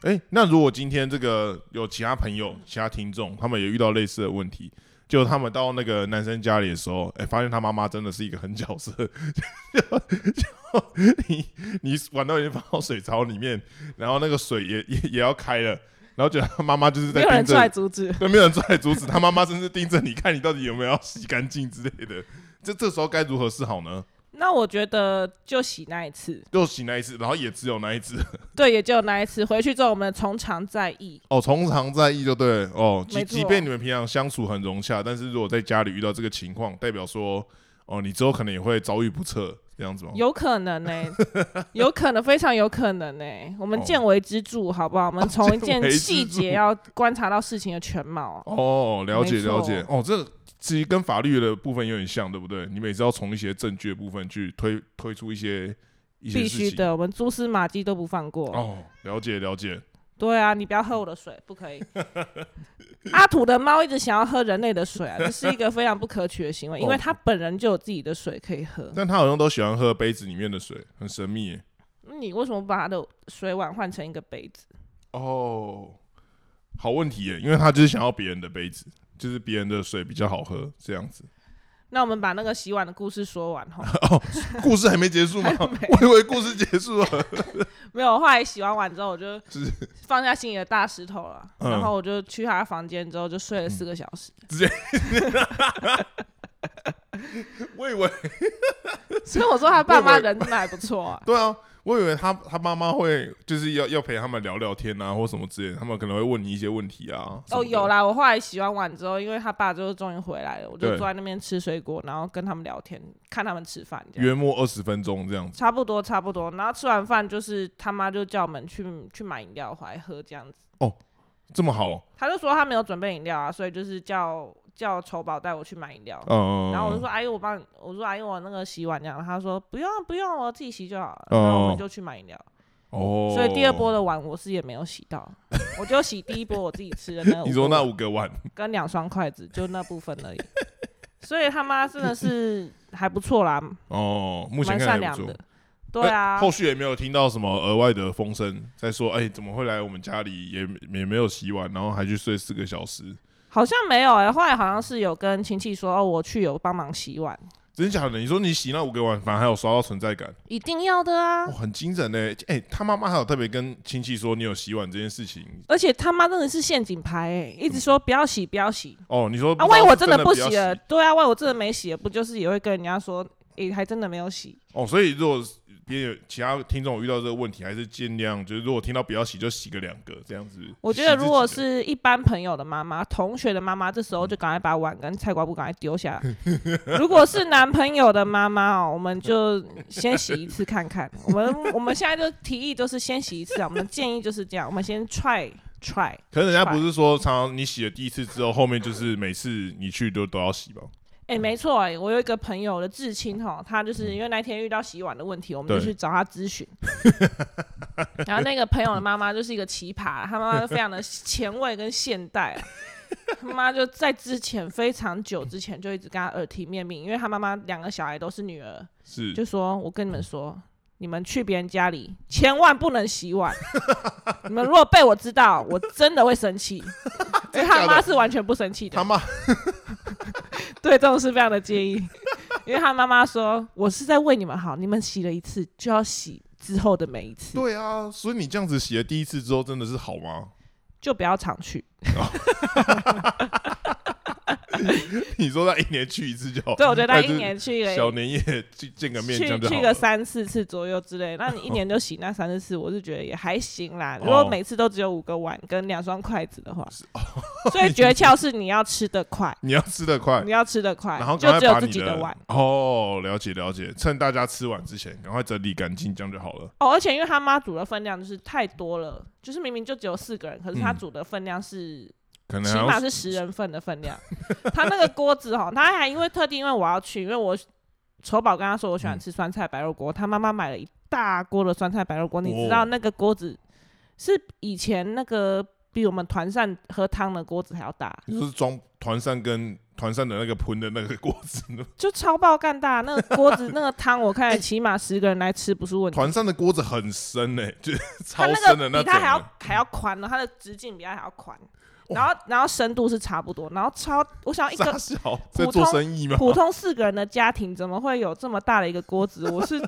[SPEAKER 1] 哎、那如果今天这个有其他朋友、其他听众，他们也遇到类似的问题，就他们到那个男生家里的时候，哎、发现他妈妈真的是一个狠角色，就就你你碗都已经放到水槽里面，然后那个水也也也要开了，然后觉得他妈妈就是
[SPEAKER 2] 没
[SPEAKER 1] 在
[SPEAKER 2] 有人
[SPEAKER 1] 盯
[SPEAKER 2] 出来
[SPEAKER 1] 着，
[SPEAKER 2] 阻止，
[SPEAKER 1] 对，没有人出来阻止，他妈妈甚至盯着你看你到底有没有要洗干净之类的，这这时候该如何是好呢？
[SPEAKER 2] 那我觉得就洗那一次，
[SPEAKER 1] 就洗那一次，然后也只有那一次，
[SPEAKER 2] 对，也就那一次。回去之后，我们从长再议。
[SPEAKER 1] 哦，从长在意就对了哦。即
[SPEAKER 2] 没错
[SPEAKER 1] 即便你们平常相处很融洽，但是如果在家里遇到这个情况，代表说哦，你之后可能也会遭遇不测这样子吗？
[SPEAKER 2] 有可能呢、欸 有可能，非常有可能呢、我们
[SPEAKER 1] 哦
[SPEAKER 2] 见微知著，好不好？我们从一
[SPEAKER 1] 见
[SPEAKER 2] 件
[SPEAKER 1] 微知
[SPEAKER 2] 细
[SPEAKER 1] 著
[SPEAKER 2] 节要观察到事情的全貌。
[SPEAKER 1] 哦，了解
[SPEAKER 2] 没错
[SPEAKER 1] 了解。哦，这其实跟法律的部分有点像，对不对？你每次要从一些证据的部分去推推出一些一些
[SPEAKER 2] 必
[SPEAKER 1] 事
[SPEAKER 2] 须
[SPEAKER 1] 情。
[SPEAKER 2] 的，我们蛛丝马迹都不放过。
[SPEAKER 1] 哦，了解了解。
[SPEAKER 2] 对啊，你不要喝我的水，不 可以。阿土的猫一直想要喝人类的水 啊，这是一个非常不可取的行为，因
[SPEAKER 1] 哦
[SPEAKER 2] 为它本人就有自己的水可以喝。
[SPEAKER 1] 但他好像都喜欢喝杯子里面的水，很神秘耶。
[SPEAKER 2] 那你为什么不把它的水碗换成一个杯子？
[SPEAKER 1] 哦，好问题耶，因为他就是想要别人的杯子，就是别人的水比较好喝这样子。
[SPEAKER 2] 那我们把那个洗碗的故事说完哈。
[SPEAKER 1] 故事还没结束 吗？我以为故事结束了。
[SPEAKER 2] 没有，后来洗完碗之后，我就
[SPEAKER 1] 就是
[SPEAKER 2] 放下心里的大石头了，
[SPEAKER 1] 嗯
[SPEAKER 2] 然后我就去他房间之后就睡了四个小时，
[SPEAKER 1] 我以为嗯
[SPEAKER 2] 所以我说他爸
[SPEAKER 1] 我
[SPEAKER 2] 妈
[SPEAKER 1] 以为。
[SPEAKER 2] 人真的还不错啊
[SPEAKER 1] 对啊，我以为他他妈妈会就是要要陪他们聊聊天啊，或什么之类的，他们可能会问你一些问题啊。什么
[SPEAKER 2] 哦，
[SPEAKER 1] 的
[SPEAKER 2] 有，啦，我后来洗完碗之后，因为他爸就是终于回来了，我就
[SPEAKER 1] 对
[SPEAKER 2] 坐在那边吃水果，然后跟他们聊天，看他们吃饭这样。
[SPEAKER 1] 约莫二十分钟这样子。
[SPEAKER 2] 差不多，差不多。然后吃完饭就是他妈就叫我们去去买饮料回来喝这样子。
[SPEAKER 1] 这么好，
[SPEAKER 2] 他就说他没有准备饮料啊，所以就是叫叫丑宝带我去买饮料。
[SPEAKER 1] 嗯，
[SPEAKER 2] 然后我就说：“阿姨，我帮你。”我说：“阿姨，我那个洗碗这样。”他说：“不用，不用，我自己洗就好了。”
[SPEAKER 1] 哦
[SPEAKER 2] 然后我们就去买饮料。
[SPEAKER 1] 哦，
[SPEAKER 2] 所以第二波的碗我是也没有洗到，我就洗第一波我自己吃的那 个
[SPEAKER 1] 你说那
[SPEAKER 2] 五个碗
[SPEAKER 1] 五个碗，
[SPEAKER 2] 跟两双筷子就那部分而已。所以他妈真的是还不错啦，
[SPEAKER 1] 哦， 目前
[SPEAKER 2] 蛮
[SPEAKER 1] 看
[SPEAKER 2] 善
[SPEAKER 1] 来还
[SPEAKER 2] 良
[SPEAKER 1] 不错
[SPEAKER 2] 的。。对啊，
[SPEAKER 1] 哎后续也没有听到什么额外的风声，在说哎、怎么会来我们家里也也没有洗碗，然后还去睡四个小时，
[SPEAKER 2] 欸好像没有哎、后来好像是有跟亲戚说，哦，我去有帮忙洗碗，
[SPEAKER 1] 真假的？你说你洗那五个碗，反而还有刷到存在感，
[SPEAKER 2] 一定要的啊
[SPEAKER 1] 哇，！哦很惊人呢、哎、他妈妈还有特别跟亲戚说你有洗碗这件事情
[SPEAKER 2] 而且他妈真的是陷阱牌、欸，一直说不要洗，不要洗
[SPEAKER 1] 哦。你说
[SPEAKER 2] 啊！
[SPEAKER 1] 不
[SPEAKER 2] 万一
[SPEAKER 1] 知道
[SPEAKER 2] 我
[SPEAKER 1] 是真
[SPEAKER 2] 的不
[SPEAKER 1] 要
[SPEAKER 2] 洗了，对啊，万一我真的没洗了，不就是也会跟人家说，诶、还真的没有洗。
[SPEAKER 1] 哦，所以如果别人其他听众有遇到这个问题，还是尽量就是如果听到不要洗就洗个两个这样子。
[SPEAKER 2] 我觉
[SPEAKER 1] 洗
[SPEAKER 2] 得
[SPEAKER 1] 自
[SPEAKER 2] 如果
[SPEAKER 1] 己的
[SPEAKER 2] 是一般朋友的妈妈、同学的妈妈，这时候就赶快把碗跟菜瓜布赶快丢 下来。如果是男朋友的妈妈哦，我们就先洗一次 看看。我们我们现在就提议就是先洗一次啊，我们建议就是这样，我们先 try try。
[SPEAKER 1] 可是人家不是说常常你洗了第一次之后，后面就是每次你去都都要洗吗？
[SPEAKER 2] 哎、没错、哎，我有一个朋友的至亲哈，他就是因为那天遇到洗碗的问题，我们就
[SPEAKER 1] 对
[SPEAKER 2] 去找他咨询。然后那个朋友的妈妈就是一个奇葩，他妈妈就非常的前卫跟现代、啊。他妈就在之前非常久之前就一直跟他耳提面命，因为他妈妈两个小孩都是女儿，
[SPEAKER 1] 是
[SPEAKER 2] 就说：“我跟你们说，你们去别人家里千万不能洗碗，你们如果被我知道，我真的会生气。”所以他妈是完全不生气的
[SPEAKER 1] 他，妈
[SPEAKER 2] 对这种事非常的介意，因为他妈妈说：“我是在为你们好，你们洗了一次就要洗之后的每一次，
[SPEAKER 1] 对啊，所以你这样子洗了第一次之后，真的是好吗？
[SPEAKER 2] 就不要常去。
[SPEAKER 1] 你说他一年去一次就好”，
[SPEAKER 2] 对，我觉得他
[SPEAKER 1] 还是
[SPEAKER 2] 一年去
[SPEAKER 1] 哎小
[SPEAKER 2] 个
[SPEAKER 1] 年夜去见个面这
[SPEAKER 2] 去
[SPEAKER 1] 样就好
[SPEAKER 2] 去
[SPEAKER 1] 了
[SPEAKER 2] 个三四次左右之类，那你一年就洗那三四次，我是觉得也还行啦。如
[SPEAKER 1] 哦
[SPEAKER 2] 果每次都只有五个碗跟两双筷子的话，所以诀窍是你要吃得 快。
[SPEAKER 1] 你要吃得快
[SPEAKER 2] 你，要吃得快，
[SPEAKER 1] 然后
[SPEAKER 2] 就
[SPEAKER 1] 赶
[SPEAKER 2] 只
[SPEAKER 1] 快把
[SPEAKER 2] 有
[SPEAKER 1] 你
[SPEAKER 2] 自己的碗
[SPEAKER 1] 哦，了解了解，趁大家吃完之前赶快整理干净，这样就好了。
[SPEAKER 2] 哦。而且因为他妈煮的分量就是太多了，就是明明就只有四个人，可是他
[SPEAKER 1] 嗯
[SPEAKER 2] 煮的分量是、
[SPEAKER 1] 可能
[SPEAKER 2] 起
[SPEAKER 1] 还要
[SPEAKER 2] 码是十人份的分 量。他那个锅子哈，他还因为特地因为我要去，因为我丑宝跟他说我
[SPEAKER 1] 嗯
[SPEAKER 2] 喜欢吃酸菜白肉锅，他妈妈买了一大锅的酸菜白肉锅，你
[SPEAKER 1] 哦
[SPEAKER 2] 知道那个锅子是以前那个比我们团扇喝汤的锅子还要大，
[SPEAKER 1] 就是装团扇跟团扇的那个盆的那个锅子，
[SPEAKER 2] 就超爆干大。那个锅子那个汤，我看起
[SPEAKER 1] 哎
[SPEAKER 2] 码十个人来吃不是 问题。
[SPEAKER 1] 团扇的锅子很深诶、就是超
[SPEAKER 2] 它那
[SPEAKER 1] 深的
[SPEAKER 2] 个
[SPEAKER 1] 那
[SPEAKER 2] 比
[SPEAKER 1] 种
[SPEAKER 2] 它还
[SPEAKER 1] 欸、
[SPEAKER 2] 要还要宽呢，它的直径比它还要宽，
[SPEAKER 1] 哇
[SPEAKER 2] 然后然后深度是差不多，然后超我想一个
[SPEAKER 1] 欸傻小在做生意吗？
[SPEAKER 2] 普通四个人的家庭怎么会有这么大的一个锅子？我 是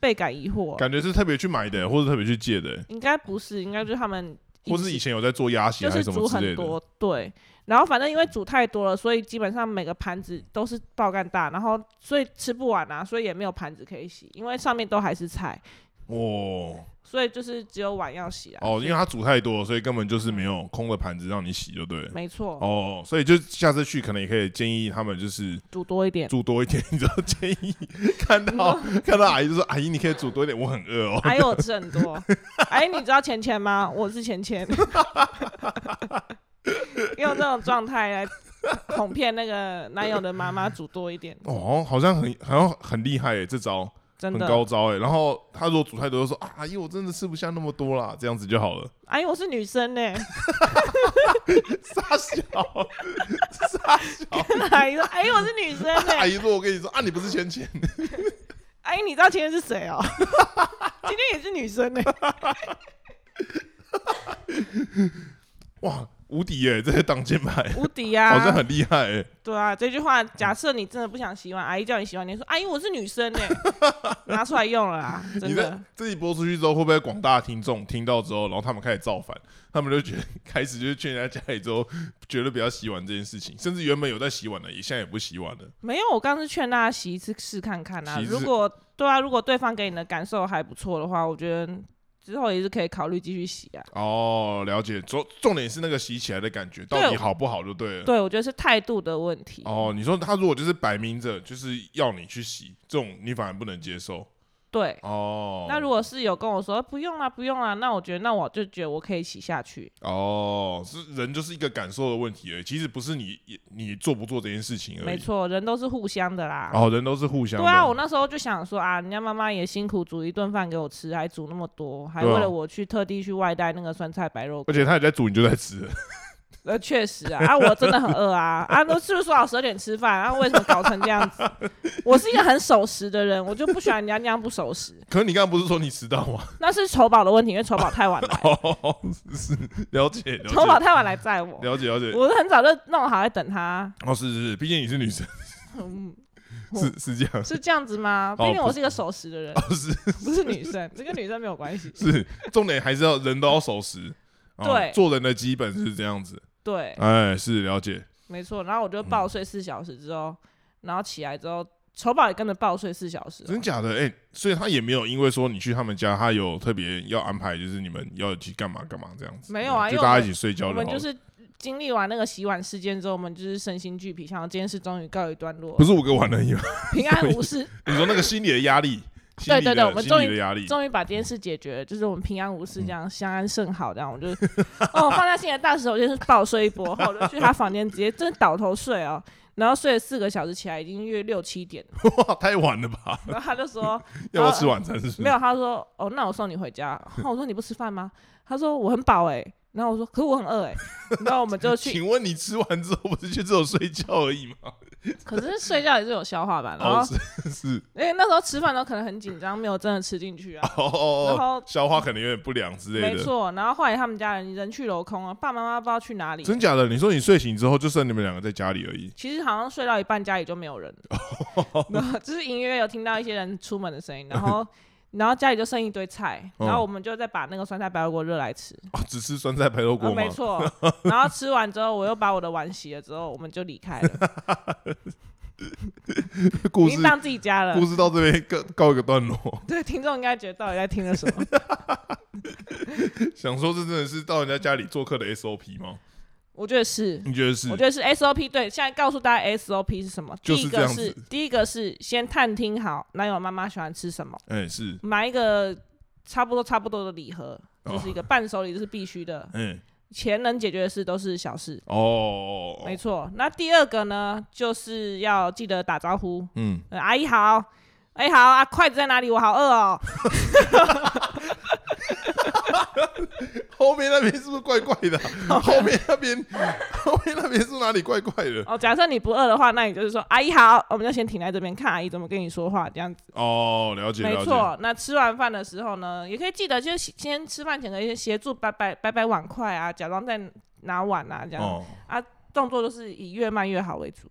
[SPEAKER 2] 倍感疑惑。
[SPEAKER 1] 感觉是特别去买的欸、或者特别去借的欸、欸
[SPEAKER 2] 应该不是，应该就是他们一
[SPEAKER 1] 或是
[SPEAKER 2] 起
[SPEAKER 1] 以前有在做鸭血
[SPEAKER 2] 就
[SPEAKER 1] 还
[SPEAKER 2] 是
[SPEAKER 1] 什
[SPEAKER 2] 煮
[SPEAKER 1] 么之
[SPEAKER 2] 很
[SPEAKER 1] 类的。
[SPEAKER 2] 多，对。然后反正因为煮太多了，所以基本上每个盘子都是爆干大，然后所以吃不完啊，所以也没有盘子可以洗，因为上面都还是菜，
[SPEAKER 1] 哦
[SPEAKER 2] 所以就是只有碗要洗啊。
[SPEAKER 1] 哦，因为它煮太多，所以根本就是没有空的盘子让你洗，就对了。
[SPEAKER 2] 没错，
[SPEAKER 1] 哦，所以就下次去可能也可以建议他们就是
[SPEAKER 2] 煮多一点。
[SPEAKER 1] 煮多一点，你知道建议看到看到阿姨就说阿姨你可以煮多一点，我很饿哦。
[SPEAKER 2] 还有吃很多，哎，你知道钱钱吗？我是钱钱，用这种状态来哄骗那个男友的妈妈煮多一点，
[SPEAKER 1] 哦，好像很好像很厉害耶，这招。
[SPEAKER 2] 真
[SPEAKER 1] 很
[SPEAKER 2] 的。
[SPEAKER 1] 高招哎、然后他如果煮太多，就说啊阿姨，我真的吃不下那么多啦，这样子就好 了。
[SPEAKER 2] 哎，我是女生呢、
[SPEAKER 1] 傻小，傻小，
[SPEAKER 2] 阿姨说，哎，我是女生呢、
[SPEAKER 1] 阿姨说，我跟你说啊，你不是钱钱，
[SPEAKER 2] 哎，你知道今天是谁哦、 今天也是女生呢、
[SPEAKER 1] 哇，无敌哎、这些挡箭牌
[SPEAKER 2] 无敌
[SPEAKER 1] 好像
[SPEAKER 2] 啊！
[SPEAKER 1] 很厉害哎、
[SPEAKER 2] 对啊，这句话，假设你真的不想洗碗，阿姨叫你洗碗，你说，阿哎姨，我是女生呢、 拿出来用了啦，
[SPEAKER 1] 你
[SPEAKER 2] 真
[SPEAKER 1] 在
[SPEAKER 2] 的。
[SPEAKER 1] 这一播出去之后，会不会广大听众听到之后，然后他们开始造反？他们就觉得开始就是去人家家里之后，绝对不要洗碗这件事情，甚至原本有在洗碗的，也现在也不洗碗了。
[SPEAKER 2] 没有，我刚是劝大家洗一次试看看啊
[SPEAKER 1] 洗一。次
[SPEAKER 2] 如果对啊，如果对方给你的感受还不错的话，我觉得之后也是可以考虑继续洗啊。
[SPEAKER 1] 哦，了解。重重点是那个洗起来的感觉到底
[SPEAKER 2] 对
[SPEAKER 1] 好不好就对了。
[SPEAKER 2] 对，我觉得是态度的问题。
[SPEAKER 1] 哦，你说他如果就是摆明着就是要你去洗，这种你反而不能接受
[SPEAKER 2] 对，
[SPEAKER 1] 哦。
[SPEAKER 2] 那如果是有跟我说哎不用啦、不用啦、那我觉得那我就觉得我可以洗下去。
[SPEAKER 1] 哦，是人就是一个感受的问题而已，其实不是你你做不做这件事情而已。
[SPEAKER 2] 没错，人都是互相的啦。
[SPEAKER 1] 哦，人都是互相
[SPEAKER 2] 对
[SPEAKER 1] 的。
[SPEAKER 2] 啊，我那时候就想说啊，人家妈妈也辛苦煮一顿饭给我吃，还煮那么多，还
[SPEAKER 1] 对啊
[SPEAKER 2] 为了我去特地去外带那个酸菜白肉
[SPEAKER 1] 而且他也在煮，你就在吃了。
[SPEAKER 2] 呃，确实啊，啊，我真的很饿啊，啊，都是不是说好十二点吃饭，啊，为什么搞成这样子？我是一个很守时的人，我就不喜欢人家那样不守时。
[SPEAKER 1] 可是你刚刚不是说你迟到吗？
[SPEAKER 2] 那是丑宝的问题，因为丑宝太晚来，
[SPEAKER 1] 哦，是是了解了
[SPEAKER 2] 丑宝
[SPEAKER 1] 解
[SPEAKER 2] 太晚来载我，
[SPEAKER 1] 了解了解。
[SPEAKER 2] 我很早就弄好在等他。
[SPEAKER 1] 哦，是是是，毕竟你是女生，
[SPEAKER 2] 嗯，
[SPEAKER 1] 是是这样，
[SPEAKER 2] 是这样子吗？
[SPEAKER 1] 哦
[SPEAKER 2] 毕竟
[SPEAKER 1] 不
[SPEAKER 2] 我是一个守时的人，
[SPEAKER 1] 哦是
[SPEAKER 2] 不是女生，这跟女生没有关系。
[SPEAKER 1] 是，重点还是要人都要守时。哦
[SPEAKER 2] 对
[SPEAKER 1] 做人的基本是这样子。
[SPEAKER 2] 对，
[SPEAKER 1] 哎，是了解。
[SPEAKER 2] 没错。然后我就暴睡四小时之后，然后起来之后，丑宝也跟着暴睡四小时哦。
[SPEAKER 1] 真假的？哎、所以他也没有因为说你去他们家，他有特别要安排，就是你们要去干嘛干嘛这样子。
[SPEAKER 2] 没有啊
[SPEAKER 1] 就
[SPEAKER 2] 因为
[SPEAKER 1] 大
[SPEAKER 2] 我
[SPEAKER 1] 家
[SPEAKER 2] 们
[SPEAKER 1] 一起睡觉
[SPEAKER 2] 我
[SPEAKER 1] 就好
[SPEAKER 2] 们
[SPEAKER 1] 了。
[SPEAKER 2] 就是经历完那个洗碗事件之后，我们就是身心俱疲，想到今天是终于告一段落
[SPEAKER 1] 不，是五个碗而已吗？
[SPEAKER 2] 平安无事，
[SPEAKER 1] 你说那个心理的压力，心
[SPEAKER 2] 对
[SPEAKER 1] 理
[SPEAKER 2] 对对
[SPEAKER 1] 的
[SPEAKER 2] 我们
[SPEAKER 1] 心
[SPEAKER 2] 终
[SPEAKER 1] 理
[SPEAKER 2] 于
[SPEAKER 1] 的压力，
[SPEAKER 2] 终于把这件事解决了，就是我们平安无事，
[SPEAKER 1] 嗯
[SPEAKER 2] 这样相安甚好，这样我就哦放下心里的大石头，就是暴睡一波，后我就去他房间直接真的倒头睡哦，然后睡了四个小时，起来已经约六七点 了，
[SPEAKER 1] 哇，太晚了吧？
[SPEAKER 2] 然后他就 说
[SPEAKER 1] 要不要吃晚餐？是不是？
[SPEAKER 2] 啊没有，他说哦那我送你回家，然后我说你不吃饭吗？他说我很饱哎、然后我说可是我很饿哎、然后我们就去，
[SPEAKER 1] 请问你吃完之后不是就只有睡觉而已吗？
[SPEAKER 2] 可是睡觉也是有消化吧，然后
[SPEAKER 1] 哦，是是，
[SPEAKER 2] 因为那时候吃饭都可能很紧张，没有真的吃进去啊。
[SPEAKER 1] 哦哦
[SPEAKER 2] 然
[SPEAKER 1] 哦，
[SPEAKER 2] 后
[SPEAKER 1] 消化可能有点不良之类
[SPEAKER 2] 没
[SPEAKER 1] 的。
[SPEAKER 2] 错，然后后来他们家人人去楼空啊，爸爸妈妈不知道去哪里。
[SPEAKER 1] 真假的？你说你睡醒之后就剩你们两个在家里而已，
[SPEAKER 2] 其实好像睡到一半家里就没有人 了，然后就是隐约有听到一些人出门的声音，然后 然后家里就剩一堆菜，
[SPEAKER 1] 嗯
[SPEAKER 2] 然后我们就再把那个酸菜白肉锅热来吃。
[SPEAKER 1] 哦、只吃酸菜白肉
[SPEAKER 2] 啊，
[SPEAKER 1] 锅吗
[SPEAKER 2] 没？ 错，然后吃完之后我又把我的碗洗了之后，我们就离 开了，
[SPEAKER 1] 故事
[SPEAKER 2] 已经当自己家了
[SPEAKER 1] 故。事到这边告告一个段落，
[SPEAKER 2] 对，听众应该觉得到底在听了什么？
[SPEAKER 1] 想说这真的是到人家家里做客的 SOP 吗？
[SPEAKER 2] 我觉得是，
[SPEAKER 1] 你觉得是
[SPEAKER 2] 我？觉得是 SOP 对，现在告诉大家 SOP 是什么？
[SPEAKER 1] 就
[SPEAKER 2] 第
[SPEAKER 1] 是
[SPEAKER 2] 一
[SPEAKER 1] 这
[SPEAKER 2] 个
[SPEAKER 1] 样
[SPEAKER 2] 是
[SPEAKER 1] 子
[SPEAKER 2] 第一个是先探听好男友妈妈喜欢吃什么，
[SPEAKER 1] 哎、是，
[SPEAKER 2] 买一个差不多差不多的礼盒，
[SPEAKER 1] 哦
[SPEAKER 2] 就是一个伴手礼，这是必须的。
[SPEAKER 1] 哎、
[SPEAKER 2] 钱能解决的事都是小事，
[SPEAKER 1] 哦，
[SPEAKER 2] 没错。那第二个呢，就是要记得打招呼，
[SPEAKER 1] 嗯，
[SPEAKER 2] 呃、阿姨好，哎好啊，筷子在哪里？我好饿哦。
[SPEAKER 1] 后面那边是不是怪怪的啊、 后面那边，后面那边是不是哪里怪怪的？
[SPEAKER 2] 哦，假设你不饿的话，那你就是说阿姨好，我们就先停在这边看阿姨怎么跟你说话，这样子。
[SPEAKER 1] 哦，了解，
[SPEAKER 2] 没
[SPEAKER 1] 了解，
[SPEAKER 2] 错，那吃完饭的时候呢，也可以记得就是先吃饭前可以协助摆摆摆摆碗筷啊，假装在拿碗啊，这样、
[SPEAKER 1] 哦
[SPEAKER 2] 动作都是以越慢越好为主。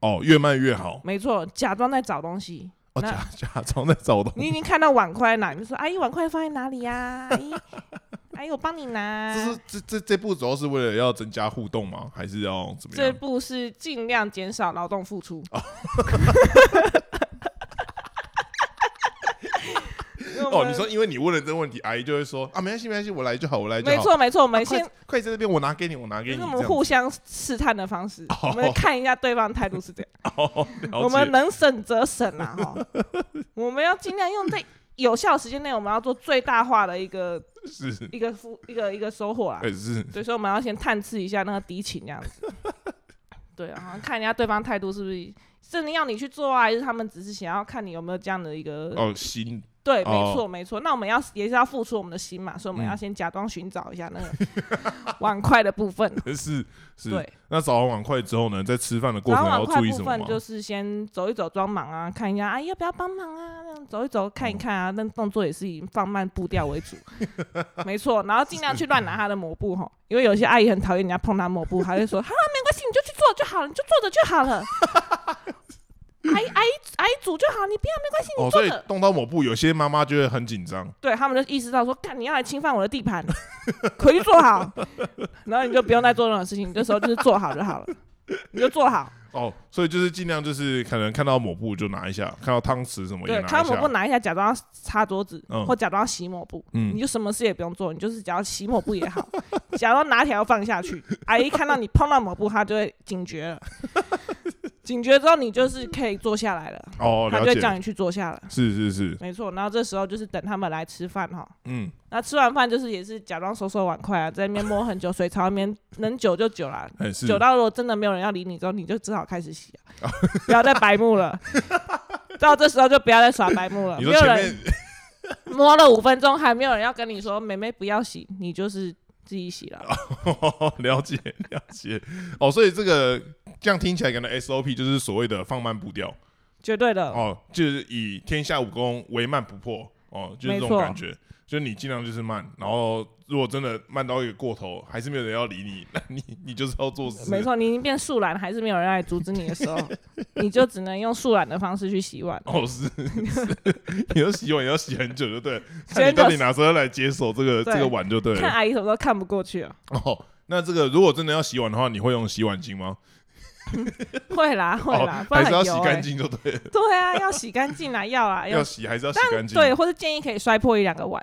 [SPEAKER 1] 哦，越慢越好。
[SPEAKER 2] 没错，假装在找东西，
[SPEAKER 1] 哦，
[SPEAKER 2] 那
[SPEAKER 1] 假假装在找东
[SPEAKER 2] 你
[SPEAKER 1] 西，
[SPEAKER 2] 已经看到碗筷在哪，你就说阿姨碗筷放在哪里呀、阿姨，阿姨我帮你拿。
[SPEAKER 1] 这是这这这步主要是为了要增加互动吗？还是要怎么
[SPEAKER 2] 这
[SPEAKER 1] 样？
[SPEAKER 2] 步是尽量减少劳动付出。
[SPEAKER 1] 哦，你说因为你问了这个问题，阿姨就会说啊，没关系，没关系，我来就好，我来就好。啊
[SPEAKER 2] 没，错没错，我们
[SPEAKER 1] 快
[SPEAKER 2] 先
[SPEAKER 1] 快在这边，我拿给你，我拿
[SPEAKER 2] 就
[SPEAKER 1] 给
[SPEAKER 2] 是
[SPEAKER 1] 你。
[SPEAKER 2] 我
[SPEAKER 1] 这
[SPEAKER 2] 们
[SPEAKER 1] 样
[SPEAKER 2] 互相试探的方式，我们看一下对方态度是怎样。
[SPEAKER 1] 哦，了
[SPEAKER 2] 我们
[SPEAKER 1] 解
[SPEAKER 2] 能省则省啊，哈，我们要尽量用在有效的时间内，我们要做最大化的一个
[SPEAKER 1] 是，
[SPEAKER 2] 一个付一个一个收获啦。
[SPEAKER 1] 哎是，
[SPEAKER 2] 所以说，我们要先探视一下那个敌情这样子。 对啊，然后看人家对方态度是不是真的要你去做啊，还是他们只是想要看你有没有这样的一个？
[SPEAKER 1] 哦心
[SPEAKER 2] 对，
[SPEAKER 1] 哦
[SPEAKER 2] 没错没错。那我们要也是要付出我们的心嘛，所以我们
[SPEAKER 1] 嗯
[SPEAKER 2] 要先假装寻找一下那个 碗筷的部分。
[SPEAKER 1] 是是。
[SPEAKER 2] 对，
[SPEAKER 1] 那找完碗筷之后呢，在吃饭的过
[SPEAKER 2] 然
[SPEAKER 1] 程
[SPEAKER 2] 后
[SPEAKER 1] 还
[SPEAKER 2] 碗
[SPEAKER 1] 要
[SPEAKER 2] 筷
[SPEAKER 1] 注意
[SPEAKER 2] 部
[SPEAKER 1] 什么
[SPEAKER 2] 分
[SPEAKER 1] 吗？
[SPEAKER 2] 就是先走一走装忙啊，看一下阿姨要不要帮忙啊，这样走一走
[SPEAKER 1] 哦
[SPEAKER 2] 看一看啊，那动作也是以放慢步调为主， 没错。然后尽量去乱拿她的抹布哈，因为有些阿姨很讨厌人家碰她抹布，她就说：“好了，啊没关系，你就去做就好了，你就坐着就好了。阿姨阿姨阿姨煮就好，你不要没关系，
[SPEAKER 1] 哦，所
[SPEAKER 2] 你坐
[SPEAKER 1] 以
[SPEAKER 2] 着。
[SPEAKER 1] 动到抹布，有些妈妈就会很紧张。
[SPEAKER 2] 对他们就意识到说，干你要来侵犯我的地盘，回去坐好，然后你就不用再做任何事情，你这时候就是坐好就好了，你就坐好。
[SPEAKER 1] 哦，所以就是尽量就是可能看到抹布就拿一下，看到汤匙什么也
[SPEAKER 2] 对，
[SPEAKER 1] 拿
[SPEAKER 2] 看
[SPEAKER 1] 一
[SPEAKER 2] 到抹布
[SPEAKER 1] 下。
[SPEAKER 2] 拿一下，假装要擦桌子，
[SPEAKER 1] 嗯
[SPEAKER 2] 或假装要洗抹布，
[SPEAKER 1] 嗯
[SPEAKER 2] 你，就什么事也不用做，你就是只要洗抹布也好， 假装拿条放下去，阿姨看到你碰到抹布，她就会警觉了。 警觉之后，你就是可以坐下来了，
[SPEAKER 1] 哦，
[SPEAKER 2] 她
[SPEAKER 1] 了
[SPEAKER 2] 就会
[SPEAKER 1] 解。
[SPEAKER 2] 叫你去坐下了，
[SPEAKER 1] 是是是，
[SPEAKER 2] 没错。然后这时候就是等他们来吃饭哈，
[SPEAKER 1] 嗯，
[SPEAKER 2] 那吃完饭就是也是假装收收碗筷啊，在那边摸很久，水槽那边能久就久啦，
[SPEAKER 1] 哎是。
[SPEAKER 2] 久到如果真的没有人要理你之后，你就只好开始洗啊， 不要再白目了。到这时候就不要再耍白目了，
[SPEAKER 1] 你
[SPEAKER 2] 没
[SPEAKER 1] 说
[SPEAKER 2] 有
[SPEAKER 1] 前
[SPEAKER 2] 人
[SPEAKER 1] 面
[SPEAKER 2] 摸了五分钟还没有人要跟你说“妹妹不要洗”，你就是自己洗了。
[SPEAKER 1] 了解了解哦，所以这个这样听起来感觉 SOP 就是所谓的放慢步调哦
[SPEAKER 2] 绝对的，
[SPEAKER 1] 哦，就是以天下武功唯慢不破哦，就是这
[SPEAKER 2] 没
[SPEAKER 1] 种
[SPEAKER 2] 错
[SPEAKER 1] 感觉，就是你尽量就是慢，然后如果真的慢到一个过头，还是没有人要理你， 那你你就是要做事，
[SPEAKER 2] 没。错，你已经变树懒了，还是没有人来阻止你的时 候，你就只能用树懒的方式去洗碗。
[SPEAKER 1] 哦，是， 你要洗碗也要洗很久，就 对了。看
[SPEAKER 2] 真
[SPEAKER 1] 你
[SPEAKER 2] 的
[SPEAKER 1] 到底哪时候来接手这个
[SPEAKER 2] 对
[SPEAKER 1] 这个碗就对
[SPEAKER 2] 看啊
[SPEAKER 1] 了。
[SPEAKER 2] 阿姨什么时候看不过去啊了，
[SPEAKER 1] 哦，那这个如果真的要洗碗的话，你会用洗碗巾吗？
[SPEAKER 2] 会啦会啦，
[SPEAKER 1] 哦，
[SPEAKER 2] 不然
[SPEAKER 1] 还是
[SPEAKER 2] 很
[SPEAKER 1] 要洗
[SPEAKER 2] 油、
[SPEAKER 1] 干
[SPEAKER 2] 欸。
[SPEAKER 1] 净就对了，
[SPEAKER 2] 对啊，要洗干净啊，要啊
[SPEAKER 1] 要洗还是要洗干
[SPEAKER 2] 但
[SPEAKER 1] 净。
[SPEAKER 2] 对，或者建议可以摔破一两 个碗。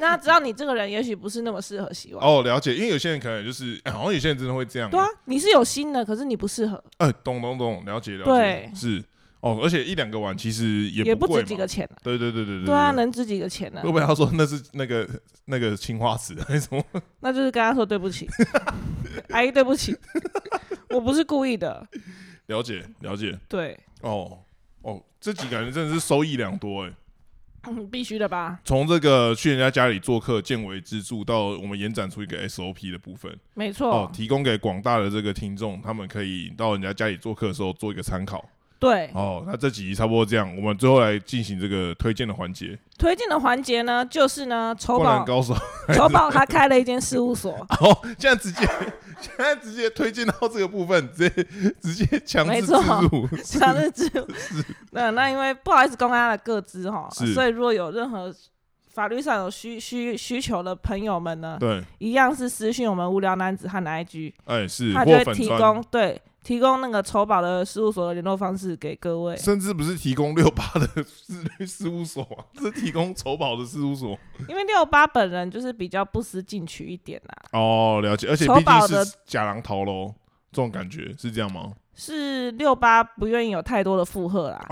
[SPEAKER 2] 那知道你这个人也许不是那么适合洗碗。
[SPEAKER 1] 哦，了解，因为有些人可能就是，哎好像有些人真的会这样。
[SPEAKER 2] 对啊，你是有心的，可是你不适合，
[SPEAKER 1] 哎，懂懂懂，了解了解。
[SPEAKER 2] 对
[SPEAKER 1] 是哦，而且一两个碗其实也
[SPEAKER 2] 也
[SPEAKER 1] 不贵
[SPEAKER 2] 值
[SPEAKER 1] 嘛
[SPEAKER 2] 几个钱、啊。
[SPEAKER 1] 对对对对对哦
[SPEAKER 2] 对啊，能值几个钱呢、
[SPEAKER 1] 会不会他说那是那个那个青花瓷还是什么？
[SPEAKER 2] 那就是跟他说对 不起，阿姨对不起， 我不是故意的。
[SPEAKER 1] 了解了解。
[SPEAKER 2] 对，
[SPEAKER 1] 哦哦，这几个人真的是收益良多哎、
[SPEAKER 2] 嗯必须的吧？
[SPEAKER 1] 从这个去人家家里做客、见微知著，到我们延展出一个 SOP 的部分
[SPEAKER 2] 没错。
[SPEAKER 1] 哦，提供给广大的这个听众，他们可以到人家家里做客的时候做一个参考。
[SPEAKER 2] 对，
[SPEAKER 1] 哦，那这集差不多这样，我们最后来进行这个推荐的环节。
[SPEAKER 2] 推荐的环节呢，就是呢，丑
[SPEAKER 1] 灌篮
[SPEAKER 2] 宝
[SPEAKER 1] 高手，
[SPEAKER 2] 丑宝他开了一间事务所，
[SPEAKER 1] 哦，现在直接现在直接推荐到这个部分，直接直接强
[SPEAKER 2] 没
[SPEAKER 1] 制
[SPEAKER 2] 错
[SPEAKER 1] 植入。
[SPEAKER 2] 想日子，那那因为不好意思公开他的个资哈，
[SPEAKER 1] 是
[SPEAKER 2] 所以如果有任何法律上有需需需求的朋友们呢，
[SPEAKER 1] 对，
[SPEAKER 2] 一样是私讯我们无聊男子汉的 IG，
[SPEAKER 1] 哎是，
[SPEAKER 2] 他
[SPEAKER 1] 或
[SPEAKER 2] 就会
[SPEAKER 1] 粉
[SPEAKER 2] 提
[SPEAKER 1] 砖
[SPEAKER 2] 供对提供那个丑宝的事务所的联络方式给各位。
[SPEAKER 1] 甚至不是提供六八的事律事务所、啊，是提供丑保的事务所。
[SPEAKER 2] 因为六八本人就是比较不思进取一点啦、
[SPEAKER 1] 哦，了解，而且
[SPEAKER 2] 丑
[SPEAKER 1] 毕竟
[SPEAKER 2] 保的
[SPEAKER 1] 是假狼逃喽，这种感觉是这样吗？
[SPEAKER 2] 是六八不愿意有太多的负荷啦。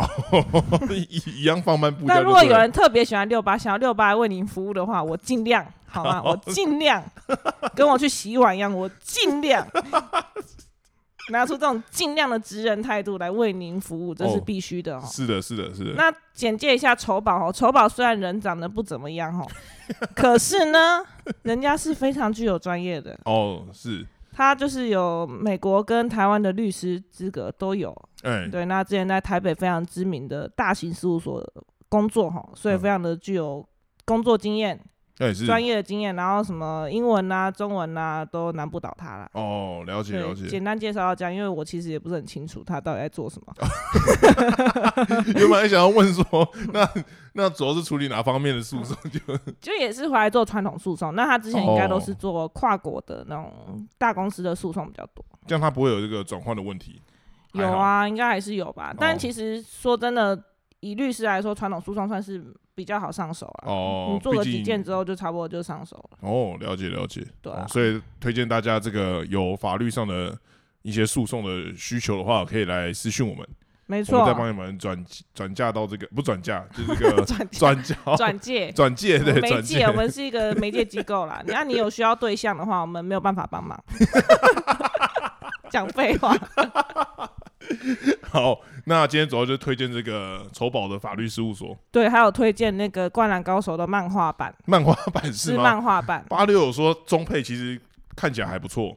[SPEAKER 1] 一一样放慢步调
[SPEAKER 2] 那
[SPEAKER 1] 就对了。
[SPEAKER 2] 如果有人特别喜欢六八，想要六八为您服务的话，我尽量好吗？
[SPEAKER 1] 好
[SPEAKER 2] 我 尽量跟我去洗碗一样，我尽量 拿出这种尽量的职人态度来为您服务，这是
[SPEAKER 1] 哦
[SPEAKER 2] 必须的哦。
[SPEAKER 1] 是的，是的，是的，
[SPEAKER 2] 那简介一下丑宝哦，丑宝虽然人长得不怎么 样哦，可是呢，人家是非常具有专业的，
[SPEAKER 1] 哦，是，
[SPEAKER 2] 他就是有美国跟台湾的律师资格都有。
[SPEAKER 1] 哎，
[SPEAKER 2] 对，那之前在台北非常知名的大型事务所工作哈，所以
[SPEAKER 1] 嗯
[SPEAKER 2] 非常的具有工作经验、
[SPEAKER 1] 哎是，
[SPEAKER 2] 专业的经验，然后什么英文啊、中文啊都难不倒他啦。
[SPEAKER 1] 哦，了解，了
[SPEAKER 2] 对，
[SPEAKER 1] 解。
[SPEAKER 2] 简单介绍到这样，因为我其实也不是很清楚他到底在做什么。
[SPEAKER 1] 啊 原本还想要问说，那那主要是处理哪方面的诉讼？就
[SPEAKER 2] 就也是回来做传统诉讼，那他之前应该都是
[SPEAKER 1] 哦
[SPEAKER 2] 做跨国的那种大公司的诉讼比较多。
[SPEAKER 1] 这样他不会有这个转换的问题。还
[SPEAKER 2] 有
[SPEAKER 1] 好，
[SPEAKER 2] 啊，应该还是有吧。但
[SPEAKER 1] 哦
[SPEAKER 2] 其实说真的，以律师来说，传统诉讼算是比较好上手了。
[SPEAKER 1] 哦
[SPEAKER 2] 啊你做了
[SPEAKER 1] 毕
[SPEAKER 2] 几
[SPEAKER 1] 竟
[SPEAKER 2] 件之后，就差不多就上手了。
[SPEAKER 1] 哦，了解了解。
[SPEAKER 2] 对啊
[SPEAKER 1] 哦所以推荐大家这个有法律上的一些诉讼的需求的话，可以来私讯我们，
[SPEAKER 2] 没
[SPEAKER 1] 我
[SPEAKER 2] 错，啊
[SPEAKER 1] 们再帮你们转转嫁到这个不转嫁，就是这个
[SPEAKER 2] 转
[SPEAKER 1] 转交
[SPEAKER 2] 转介。
[SPEAKER 1] 转介对
[SPEAKER 2] 媒
[SPEAKER 1] 转
[SPEAKER 2] 哦介，
[SPEAKER 1] 介
[SPEAKER 2] 我。们是一个媒介机构 啦。那你有需要对象的话，我们没有办法帮 忙。讲废话，
[SPEAKER 1] 好，那今天主要就推荐这个丑宝的法律事务所
[SPEAKER 2] 对，还有推荐那个《灌篮高手》的漫画版，
[SPEAKER 1] 漫画版
[SPEAKER 2] 是
[SPEAKER 1] 吗？
[SPEAKER 2] 漫画版。
[SPEAKER 1] 八六有说中配其实看起来还不错，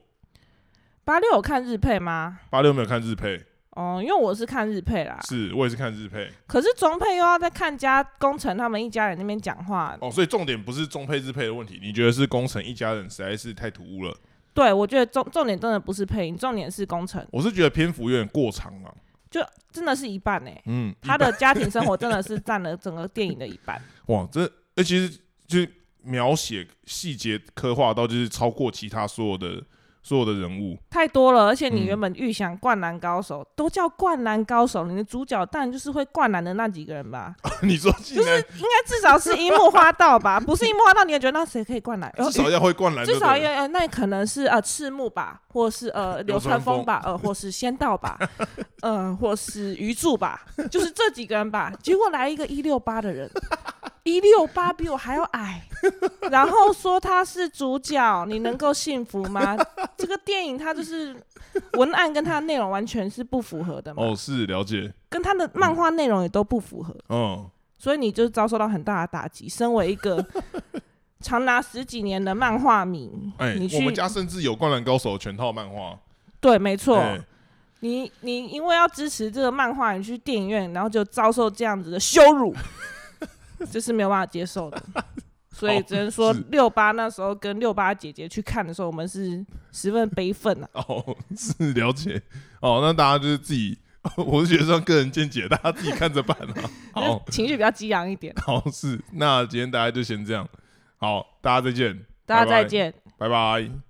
[SPEAKER 2] 八六有看日配吗？
[SPEAKER 1] 八六没有看日配，
[SPEAKER 2] 哦、因为我是看日配啦。
[SPEAKER 1] 是我也是看日配
[SPEAKER 2] 可是中配又要在看家工程他们一家人那边讲话，
[SPEAKER 1] 哦，所以重点不是中配日配的问题，你觉得是工程一家人实在是太突兀了，
[SPEAKER 2] 对，我觉得重重点真的不是配音，重点是工程，
[SPEAKER 1] 我是觉得篇幅有点过长了、
[SPEAKER 2] 真的是一半哎、
[SPEAKER 1] 嗯，
[SPEAKER 2] 他的家庭生活真的是占了整个电影的一半。
[SPEAKER 1] 哇，这那其实就是描写细节刻画到就是超过其他所有的所有的人物，
[SPEAKER 2] 太多了，而且你
[SPEAKER 1] 嗯
[SPEAKER 2] 原本预想《灌篮高手》都叫《灌篮高手》，你的主角当然就是会灌篮的那几个人吧？
[SPEAKER 1] 你说竟然
[SPEAKER 2] 那至少是樱木花道吧？不是樱木花道，你也觉得那谁可以灌篮？哦
[SPEAKER 1] 至少要会灌篮就
[SPEAKER 2] 至
[SPEAKER 1] 哎对了，
[SPEAKER 2] 少也那可能是呃赤木吧，或是呃流川枫吧，呃或是仙道吧，呃或是鱼柱吧，就是这几个人吧。结果来一个一六八的人，一六八比我还要矮，然后说他是主角，你能够幸福吗？这个电影它就是文案跟它的内容完全是不符合的嘛，
[SPEAKER 1] 哦，嗯是了解，
[SPEAKER 2] 跟它的漫画内容也都不符合。
[SPEAKER 1] 嗯，
[SPEAKER 2] 所以你就遭受到很大的打击。身为一个长达十几年的漫画迷，
[SPEAKER 1] 哎、
[SPEAKER 2] 你
[SPEAKER 1] 我
[SPEAKER 2] 去
[SPEAKER 1] 们家甚至有《灌篮高手》全套漫画，
[SPEAKER 2] 对，啊没错，
[SPEAKER 1] 哎
[SPEAKER 2] 你你因为要支持这个漫画，你去电影院，然后就遭受这样子的羞辱。这是没有办法接受的。所以只能说
[SPEAKER 1] 哦是
[SPEAKER 2] 六八那时候跟六八姐姐去看的时候，我们是十分悲愤啊。
[SPEAKER 1] 哦，是了解哦。那大家就是自己， 我是觉得算个人见解，大家自己看着办 啊。好
[SPEAKER 2] 就是情绪比较激昂 一点。
[SPEAKER 1] 好是，那今天大家就先这样，好，大家再见，
[SPEAKER 2] 大
[SPEAKER 1] 拜
[SPEAKER 2] 家
[SPEAKER 1] 拜
[SPEAKER 2] 再见。
[SPEAKER 1] 拜拜。